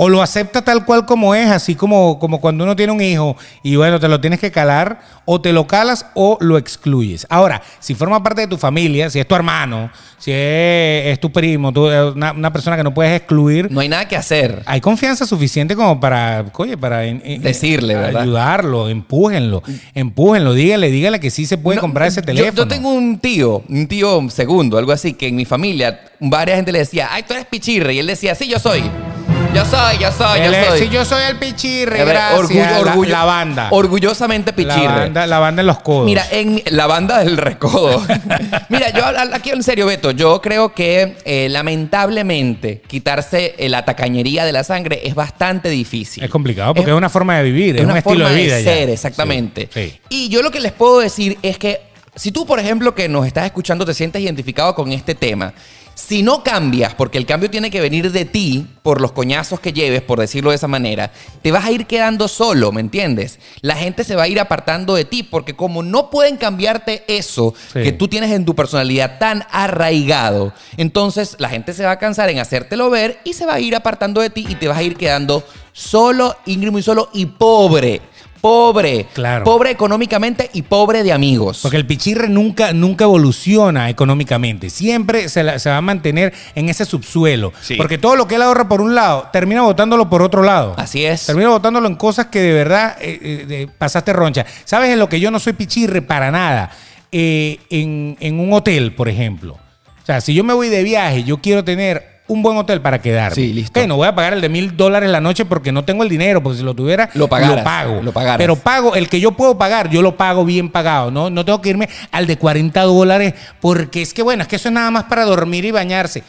O lo acepta tal cual como es, así como, como cuando uno tiene un hijo y bueno, te lo tienes que calar, o te lo calas o lo excluyes. Ahora, si forma parte de tu familia, si es tu hermano, si es, es tu primo, tú- eh, una, una persona que no puedes excluir,
No hay nada que hacer.
hay confianza suficiente como para, oye, para en- en-
Decirle, ¿verdad?
ayudarlo, empújenlo, empújenlo, dígale, dígale que sí se puede
No,
comprar ese
yo-
teléfono.
Yo, tengo un tío, un tío segundo, algo así, que en mi familia varias gente le decía, ay, tú eres pichirre. Y él decía, sí, yo soy. Yo soy, yo soy,
Él
yo
es-
soy.
Si yo soy el pichirre,
A ver,
gracias, la-
orgullo-
la, banda.
Orgullosamente pichirre.
La banda, la banda en los codos.
Mira, en mi- la banda del recodo. Mira, yo al- aquí en serio, Beto, yo creo que eh, lamentablemente quitarse eh, la tacañería de la sangre es bastante difícil.
es complicado porque es, una forma de vivir, es,
Es una
un estilo
forma
de vida. ya.
ser, exactamente.
Sí, sí.
Y yo lo que les puedo decir es que si tú, por ejemplo, que nos estás escuchando, te sientes identificado con este tema, si no cambias, porque el cambio tiene que venir de ti por los coñazos que lleves, por decirlo de esa manera, te vas a ir quedando solo, ¿me entiendes? La gente se va a ir apartando de ti porque como no pueden cambiarte eso
Sí.
que tú tienes en tu personalidad tan arraigado, entonces la gente se va a cansar en hacértelo ver y se va a ir apartando de ti y te vas a ir quedando solo, íngrimo y solo y pobre. pobre.
Claro.
Pobre económicamente y pobre de amigos.
Porque el pichirre nunca, nunca evoluciona económicamente. Siempre se, la- se va a mantener en ese subsuelo.
Sí.
Porque todo lo que él ahorra por un lado, termina botándolo por otro lado.
Así es.
Termina botándolo en cosas que de verdad eh, eh, de- pasaste roncha. ¿Sabes en lo que yo no soy pichirre para nada? Eh, en, en un hotel, por ejemplo. O sea, si yo me voy de viaje, yo quiero tener un buen hotel para quedarme.
Sí, listo.
Ok, no voy a pagar el de mil dólares la noche porque no tengo el dinero, porque si lo tuviera,
Lo pagaras,
lo pago.
lo pagaras.
Pero pago, el que yo puedo pagar, yo lo pago bien pagado, ¿no? No tengo que irme al de 40 dólares porque es que, bueno, es que eso es nada más para dormir y bañarse.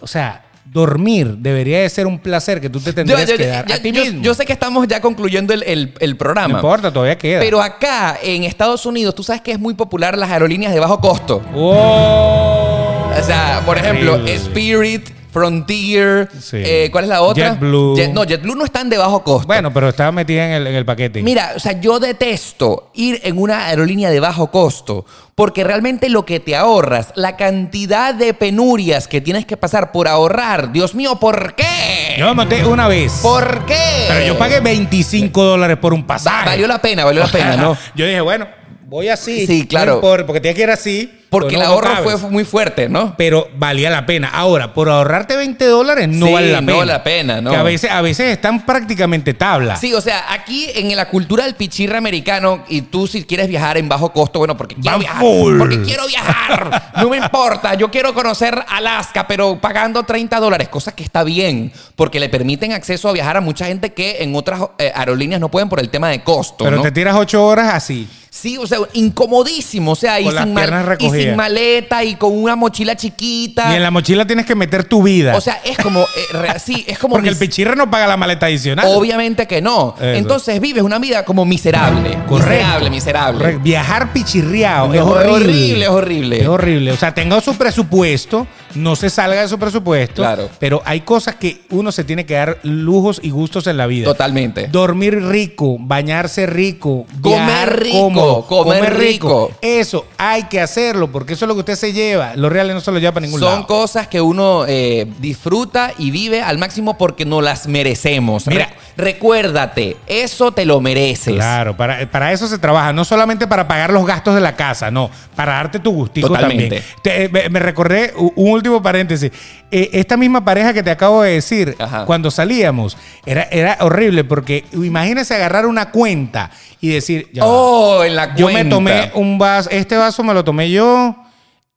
O sea, dormir debería de ser un placer que tú te
Yo,
tendrías
yo-
que dar
yo-
a ti
yo-
mismo.
yo sé que estamos ya concluyendo el, el- el
no
programa.
importa, todavía queda.
Pero acá, en Estados Unidos, tú sabes que es muy popular las aerolíneas de bajo costo.
¡Oh!
O sea, por ejemplo,
Terrible.
Spirit, Frontier,
Sí.
eh, ¿cuál es la otra?
JetBlue.
no, JetBlue no están de bajo costo.
Bueno, pero estaba metida en el, en el paquete.
Mira, o sea, yo detesto ir en una aerolínea de bajo costo, porque realmente lo que te ahorras, la cantidad de penurias que tienes que pasar por ahorrar, Dios mío, ¿por qué?
Yo me monté una vez.
¿Por qué?
Pero yo pagué 25 dólares por un pasaje.
Va- Valió la pena, valió la pena, ¿no?
Yo dije, bueno, voy así.
Sí, claro.
No importa, porque tenía que ir así.
Porque
pues no-
el
no
ahorro
cabes.
fue muy fuerte, ¿no?
Pero valía la pena. Ahora, por ahorrarte 20 dólares no
Sí,
vale la pena.
no vale la pena, no.
Que a veces, a veces están prácticamente tabla.
Sí, o sea, aquí en la cultura del pichirre americano, y tú si quieres viajar en bajo costo, bueno, porque quiero
Van
viajar.
full.
Porque quiero viajar. No me importa. Yo quiero conocer Alaska, pero pagando 30 dólares, cosa que está bien, porque le permiten acceso a viajar a mucha gente que en otras eh, aerolíneas no pueden por el tema de costo.
Pero
¿no?
te tiras 8 horas así.
Sí, o sea, incomodísimo. O sea, y
Con las
sin, mal-
piernas
y sin
recogidas.
maleta y con una mochila chiquita.
Y en la mochila tienes que meter tu vida.
Ah. O sea, es como. eh, re- sí, es como.
porque el
mis-
pichirre no paga la maleta adicional.
Obviamente que no.
Eso.
Entonces vives una vida como miserable.
Correcto.
Miserable, miserable.
Correcto. Viajar pichirriado
No,
es
es
horrible.
horrible, es horrible.
Es horrible. O sea, tenga su presupuesto, no se salga de su presupuesto.
Claro.
Pero hay cosas que uno se tiene que dar lujos y gustos en la vida.
Totalmente.
Dormir rico, bañarse rico,
Comer
viajar
rico,
cómodo,
comer rico.
Eso hay que hacerlo porque eso es lo que usted se lleva. Los reales no se lo lleva para ningún
Son
lado.
cosas que uno eh, disfruta y vive al máximo porque no las merecemos.
Mira.
Re- recuérdate, eso te lo mereces.
Claro, para, para eso se trabaja, no solamente para pagar los gastos de la casa, no, para darte tu gustico
Totalmente.
también. Te- eh, me, me recordé u- un último paréntesis. Eh, esta misma pareja que te acabo de decir,
Ajá.
cuando salíamos, era, era horrible porque imagínese agarrar una cuenta y decir, ya va.
Oh, en la
yo
cuenta.
me tomé un vaso, este vaso me lo tomé yo.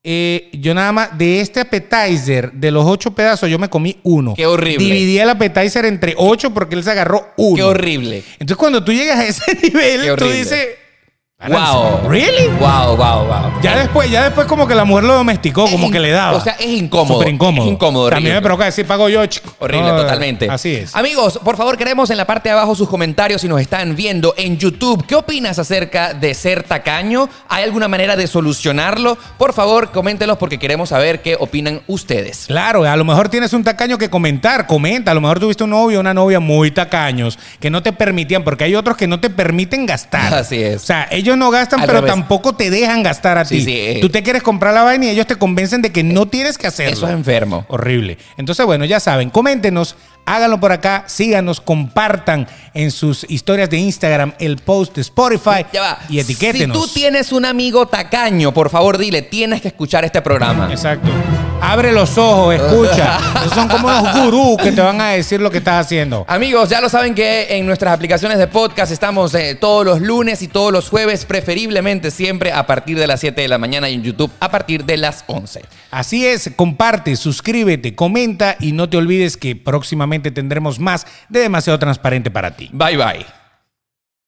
eh, yo nada más, de este appetizer, de los ocho pedazos, yo me comí uno.
Qué horrible.
Dividí el appetizer entre ocho porque él se agarró uno.
Qué horrible.
Entonces, cuando tú llegas a ese
Qué
nivel, tú
horrible.
dices.
Wow.
¿Really?
Wow, wow, wow.
Ya después, ya después, como que la mujer lo domesticó,
Es
como
in-
que le daba.
o sea, es incómodo,
Súper incómodo.
es incómodo, horrible.
También me provoca decir, pago yo, chico.
Horrible,
No,
totalmente.
Así es.
Amigos, por favor, queremos en la parte de abajo sus comentarios si nos están viendo en YouTube. ¿Qué opinas acerca de ser tacaño? ¿Hay alguna manera de solucionarlo? Por favor, coméntenos porque queremos saber qué opinan ustedes.
Claro, a lo mejor tienes un tacaño que comentar, comenta. A lo mejor tuviste un novio o una novia muy tacaños que no te permitían, porque hay otros que no te permiten gastar.
Así es.
O sea, ellos no gastan,
Al
pero
revés.
tampoco te dejan gastar a
Sí,
ti.
sí, eh.
Tú te quieres comprar la vaina y ellos te convencen de que no tienes que hacerlo.
Eso es enfermo.
Horrible. Entonces, bueno, ya saben, coméntenos, háganlo por acá, síganos, compartan en sus historias de Instagram el post de Spotify
Ya va.
y etiquétenos.
Si tú tienes un amigo tacaño, por favor, dile, tienes que escuchar este programa.
Exacto. Abre los ojos, escucha. Esos son como unos gurús que te van a decir lo que estás haciendo.
Amigos, ya lo saben que en nuestras aplicaciones de podcast estamos eh, todos los lunes y todos los jueves, preferiblemente siempre a partir de las 7 de la mañana y en YouTube a partir de las 11.
Así es, comparte, suscríbete, comenta y no te olvides que próximamente tendremos más de Demasiado Transparente para ti.
Bye bye.